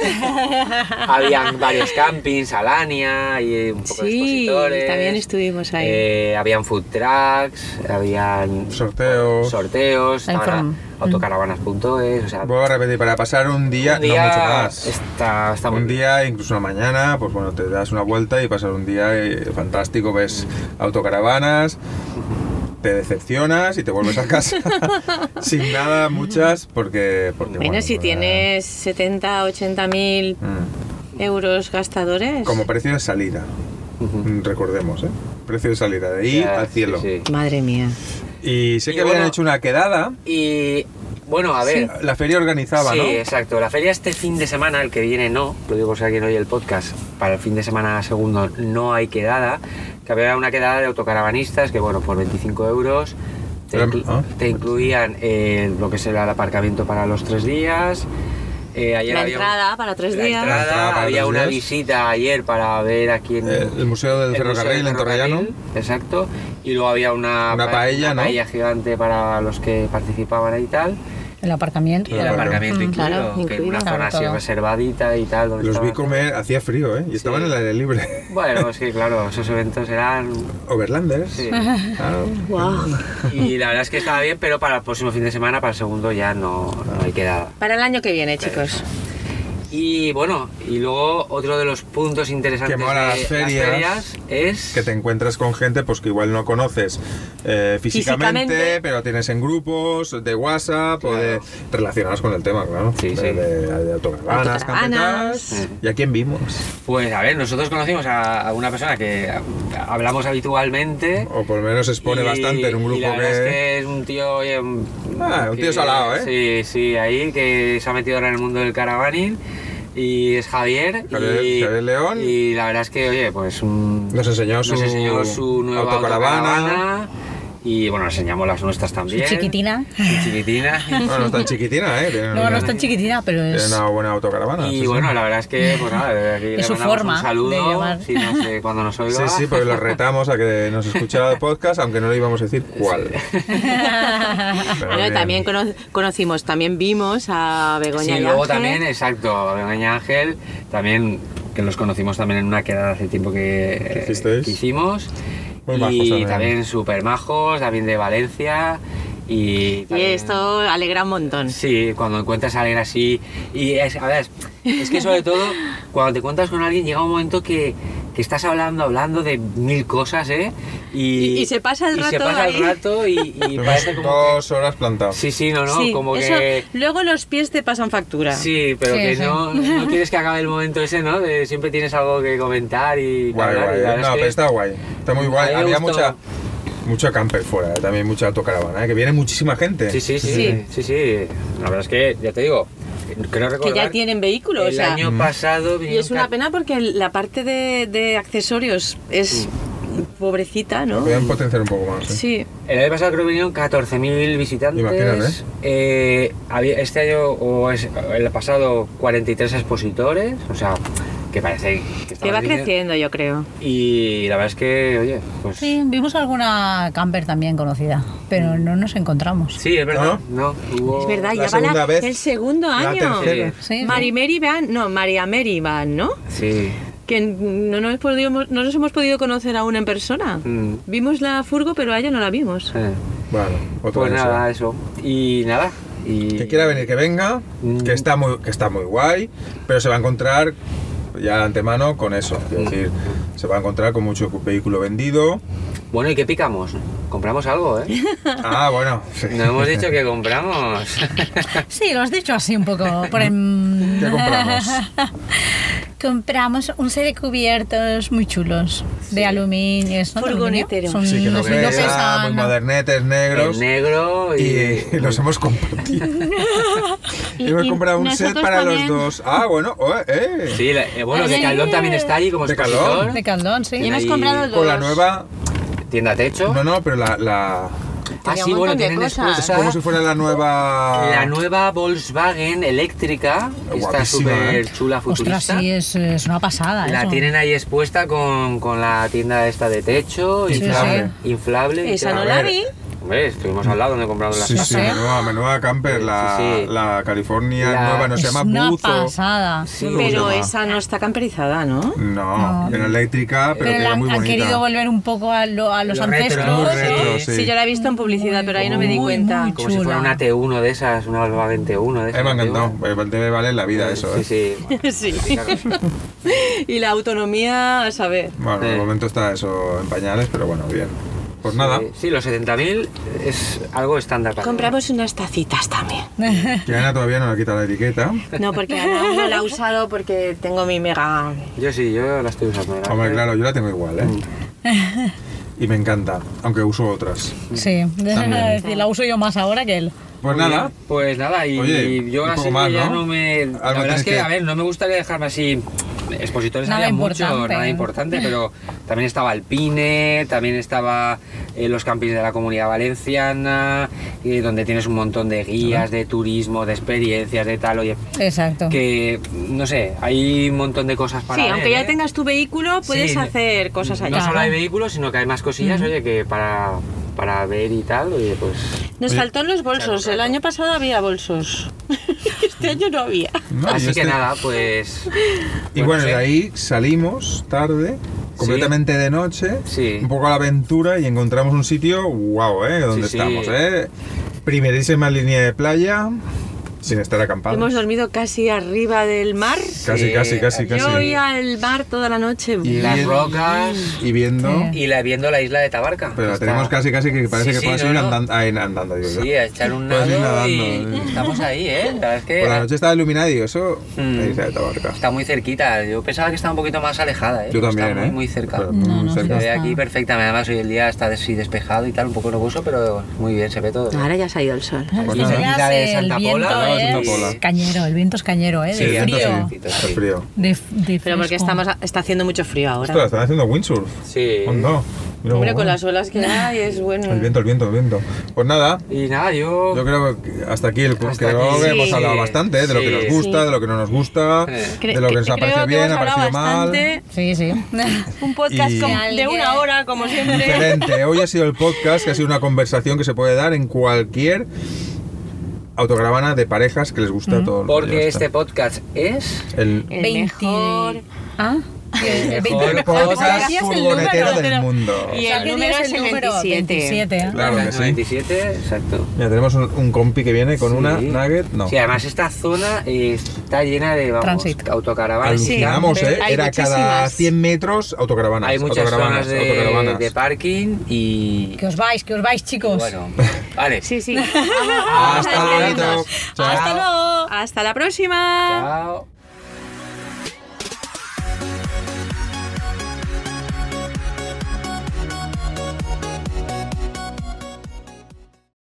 Habían varios campings, Alania y un poco de Sí, expositores. también estuvimos ahí. Eh, habían food trucks, habían Sorteos. sorteos, Ahí ahora fueron. autocaravanas.es, o sea, Vuelvo a repetir, para pasar un día, un día no mucho más. Está, está muy un bien. día, incluso una mañana, pues bueno, te das una vuelta y pasas un día eh, fantástico, ves autocaravanas, te decepcionas y te vuelves a casa sin nada, muchas, porque... porque Bueno, si eh, tienes 70, 80 mil mm, euros gastadores. Como precio de salida, Ujú. mm, recordemos, ¿eh? Precio de salida, de ir Ya, al sí, cielo. sí. Madre mía. Y sé Y que habían bueno, hecho una quedada, Y bueno, a ver, la feria organizaba, sí, ¿no? exacto. La feria este fin de semana, el que viene no, lo digo por si alguien oye el podcast, para el fin de semana segundo no hay quedada, que había una quedada de autocaravanistas que, bueno, por 25 euros te, Pero, inclu- ah. te incluían eh, lo que será el aparcamiento para los tres días. eh, ayer La había un- entrada para tres la días. entrada, La entrada para había tres una días. visita ayer para ver a quién... Eh, el Museo del el Museo Ferrocarril del en Torrellano. Ferrocarril, Exacto. Y luego había una, Una pa- paella, una ¿no? paella gigante para los que participaban ahí y tal. El aparcamiento. Ah, Y el aparcamiento Mm, incluido, claro, que incluido. una zona Claro, así todo. reservadita y tal. donde Los vi estaban- comer, hacía frío, ¿eh? Y estaban en el aire libre. Bueno, es que claro, esos eventos eran... Overlanders. sí. Ah, Guau. Y la verdad es que estaba bien, pero para el próximo fin de semana, para el segundo ya no, no hay quedada. Para el año que viene, chicos. Y bueno, y luego otro de los puntos interesantes Que mola de las ferias, ferias es que te encuentras con gente pues que igual no conoces eh, físicamente, Físicamente. pero tienes en grupos de WhatsApp o de Claro. relacionadas con el tema, claro. Sí, de, sí. de- de autocaravanas, Autocaravanas. campeonatos. ¿Y a quién vimos? Pues a ver, nosotros conocimos a, a una persona que a- hablamos habitualmente. O por lo menos se expone y- bastante en un grupo y la verdad que... es que es un tío. oye, un- Ah, un tío que- salado, ¿eh? Sí, sí, ahí que se ha metido ahora en el mundo del caravaning. Y es Javier. Javier- y, Javier León. Y la verdad es que, oye, pues. un- Nos enseñó su enseñó su nueva autocaravana. autocaravana. Y bueno, nos enseñamos las nuestras también. chiquitina. Su chiquitina. Bueno, no es tan chiquitina, ¿eh? Tiene No, una, no es tan chiquitina, pero tiene es... una buena autocaravana. sí, Y sí. bueno, la verdad es que, pues nada, desde aquí le Es su mandamos forma un de saludo. llamar. Si no sé, cuando nos oiga. Sí, sí, porque los retamos a que nos escuchara el podcast, aunque no le íbamos a decir cuál. Pero Bueno, bien. también cono- conocimos, también vimos a Begoña Sí, y luego Ángel. también, exacto, Begoña Ángel, también que los conocimos también en una quedada hace tiempo ¿Que que, eh, hicisteis? que hicimos. Muy y majos también. también, super majos, también de Valencia. Y, Y también- esto alegra un montón. Sí, cuando encuentras a alguien así. Y es, a ver, es que sobre todo, cuando te cuentas con alguien, llega un momento que, que estás hablando, hablando de mil cosas, ¿eh? Y, Y- y se pasa el y se rato pasa el ahí. rato y, y Tuvimos parece como. dos horas plantado. que- sí, sí, no, no, Sí, como eso- que. Luego los pies te pasan factura. Sí, pero Sí, que sí. No, no quieres que acabe el momento ese, ¿no? De siempre tienes algo que comentar y. que Guay, hablar, y guay. ¿eh? la verdad es No, que- pero está guay. Está muy A guay. mí me Había gustó. mucha mucha camper fuera, ¿eh? también mucha autocaravana, ¿eh? que viene muchísima gente. Sí, sí, sí, Sí. sí, sí, La verdad es que, ya te digo, creo recordar. Que ya tienen vehículo, El o sea. Mm. año pasado Y es una vinieron pena porque la parte de, de accesorios es pobrecita, ¿no? Podrían potenciar un poco más. ¿eh? Sí. El año pasado creo que vinieron 14.000 visitantes. Imagínate. Eh, había- este año o es- el pasado 43 expositores. O sea, que parece que Que estamos va diciendo- creciendo, yo creo. Y la verdad es que, oye, pues. Sí, vimos alguna camper también conocida, pero Mm. no nos encontramos. Sí, es verdad. No, hubo- Es verdad, La ya va segunda la- vez, el segundo la año. tercera. Sí. Sí, sí. Mari Mary van, no, María Mary van, ¿no? Sí. Que no nos, podíamos- no nos hemos podido conocer aún en persona. Mm. Vimos la furgo, pero a ella no la vimos. Eh, Bueno, otra Pues vez, ¿eh? nada, eso. Y nada. Y... Que quiera venir, que venga, Mm. que está muy, que está muy guay, pero se va a encontrar ya de antemano con eso. Mm. Es decir, se va a encontrar con mucho vehículo vendido. Bueno, ¿y qué picamos? Compramos algo, ¿eh? Ah, bueno. sí. No hemos dicho que compramos. Sí, lo has dicho así un poco. Por en- ¿Qué compramos? Compramos un set de cubiertos muy chulos, de aluminio. ¿es, ¿no? de aluminio? Furgonetero. Son- Sí, que no lo pesan, veas, pues, modernetes negros. El negro y. y los hemos compartido. Y- hemos y comprado un set nosotros para también. los dos. Ah, bueno, oh, eh. Sí, la- eh, bueno, que Caldón también está allí como De expositor. Caldón. De caldón, sí. Y hemos ahí- comprado dos. Con la nueva. Tienda techo. No, no, pero la. la Ah, Tenía sí, un bueno, montón de tienen cosas. es expuesta como si fuera la nueva. la nueva Volkswagen eléctrica. que Está Guapísima, súper ¿eh? chula, Ostras, futurista. sí, es, es una pasada. La eso. tienen ahí expuesta con, con la tienda esta de techo, Sí, inflable. sí. inflable y Esa tal. no A la ver. vi. Hombre, estuvimos al lado donde compramos las Sí, No sí, sé. menuda, menuda camper, la, Sí, sí. la California La- nueva, no se Es llama una Buzo. pasada. Sí, ¿Cómo se Pero llama? esa no está camperizada, ¿no? No, era eléctrica, pero, Pero que la era han, muy han bonita. querido volver un poco a, lo- a los Lo retro, ancestros. Muy ¿no? retro, sí. Sí. yo la he visto en publicidad, pero ahí no me di Muy, cuenta. muy como si fuera chula. una T1 de esas, una Volkswagen T1 de esas. Eh, me ha T1. encantado, eh, debe valer la vida eso, Sí, eh. sí. Sí. Claro. pues, Y la autonomía, a saber. Bueno, de Sí. momento está eso en pañales, pero bueno, bien. Pues nada, eh, Sí, sí, los 70.000 es algo estándar para Compramos unas tacitas también. que Ana todavía no le quita la etiqueta. No, porque Ana aún no la ha usado porque tengo mi mega. Yo sí, yo la estoy usando. la Hombre, verdad. claro, yo la tengo igual, ¿eh? Mm. Y me encanta, aunque uso otras. Sí, También. Es decir, la uso yo más ahora que él. Pues Muy nada, bien, Pues nada, y Oye, yo un así poco más, ya ¿no? no me. Algo la verdad tienes es que, que- a ver, no me gustaría dejarme así. Expositores Nada había mucho, importante. ¿eh? nada importante, pero también estaba Alpine, también estaba eh, los campings de la comunidad valenciana, eh, donde tienes un montón de guías, de turismo, de experiencias, de tal. Oye, Exacto. que no sé, hay un montón de cosas para. Sí, ver, aunque ya ¿eh? tengas tu vehículo, puedes Sí. hacer cosas No allá. Mm. solo hay vehículos, sino que hay más cosillas, oye, que para, para ver y tal, oye, pues. Nos faltaron los bolsos. El año pasado había bolsos. Este año no había. ¿no? Y Así que este- nada, pues. Y bueno, de sí. ahí salimos tarde, completamente de noche, Sí. un poco a la aventura y encontramos un sitio guau, ¿eh? Donde Sí, sí. estamos, ¿eh? Primerísima línea de playa, sin estar acampados. Hemos dormido casi arriba del mar. Casi, Sí. casi, casi, casi. Yo voy al mar toda la noche. Y Las bien- rocas. Y viendo. Sí. Y la, viendo la isla de Tabarca. Pero la Está- tenemos casi, casi que parece Sí, que sí, puedes no, ir no. andan- a- en- andando. digo yo. Sí, a echar un Puedes ir nado y, nadando, y eh. estamos ahí, ¿eh? La verdad es que Por la noche estaba iluminada y eso, Mm. ahí está de Tabarca. está muy cerquita. Yo pensaba que estaba un poquito más alejada, ¿eh? Yo Pero también, está muy, ¿eh? muy cerca. Pero muy No, no, cerca. Se ve está. aquí perfectamente. Además, hoy el día está así despejado y tal, un poco nuboso, pero muy bien, se ve todo. Ahora ya se ha ido el sol. Aquí Pues en nada. Sevilla Isla de Santa el viento Pola, ¿no? es Santa Pola. cañero, el viento es cañero, ¿eh? Sí, de el viento frío. sí. sí. Está frío. De, de Pero porque fresco. estamos, está haciendo mucho frío Ostras, ahora. están haciendo windsurf. Sí. Oh, no. Mira, Hombre, bueno. con las olas que hay es bueno. El viento, el viento, el viento. Pues nada, Y nada, yo. yo creo que hasta aquí el Hasta creo aquí. que hemos Sí. hablado bastante ¿eh? de lo que Sí. nos gusta, de lo que no nos gusta, Eh. Cre- de lo que nos ha cre- creo parecido que bien, hemos ha parecido hablado mal. bastante. Sí, sí. Un podcast Y- como- de una hora, como siempre. Diferente. Hoy ha sido el podcast que ha sido una conversación que se puede dar en cualquier autogravana de parejas que les gusta todo. Ya Porque este está. podcast es. el El 20. mejor. ¿Ah? El veinte- mejor ah, podcast decías el furgonetero número. del mundo. Y O sea, el ¿qué número día es el 27. 27, ¿eh? Claro que sí. 27, exacto. Mira, tenemos un, un compi que viene con una Sí. nugget. No. Sí, además esta zona eh, está llena de vamos, Transit. autocaravanas. Alucinamos, Sí, ¿eh? hay Era cada muchísimas. 100 metros autocaravanas. Hay muchas autocaravanas, zonas de, autocaravanas. de parking y. Que os vais, que os vais, chicos. Bueno, vale. Sí, sí. Hasta Vamos a luego. despedirnos. Chao. Hasta luego. Hasta la próxima. Chao.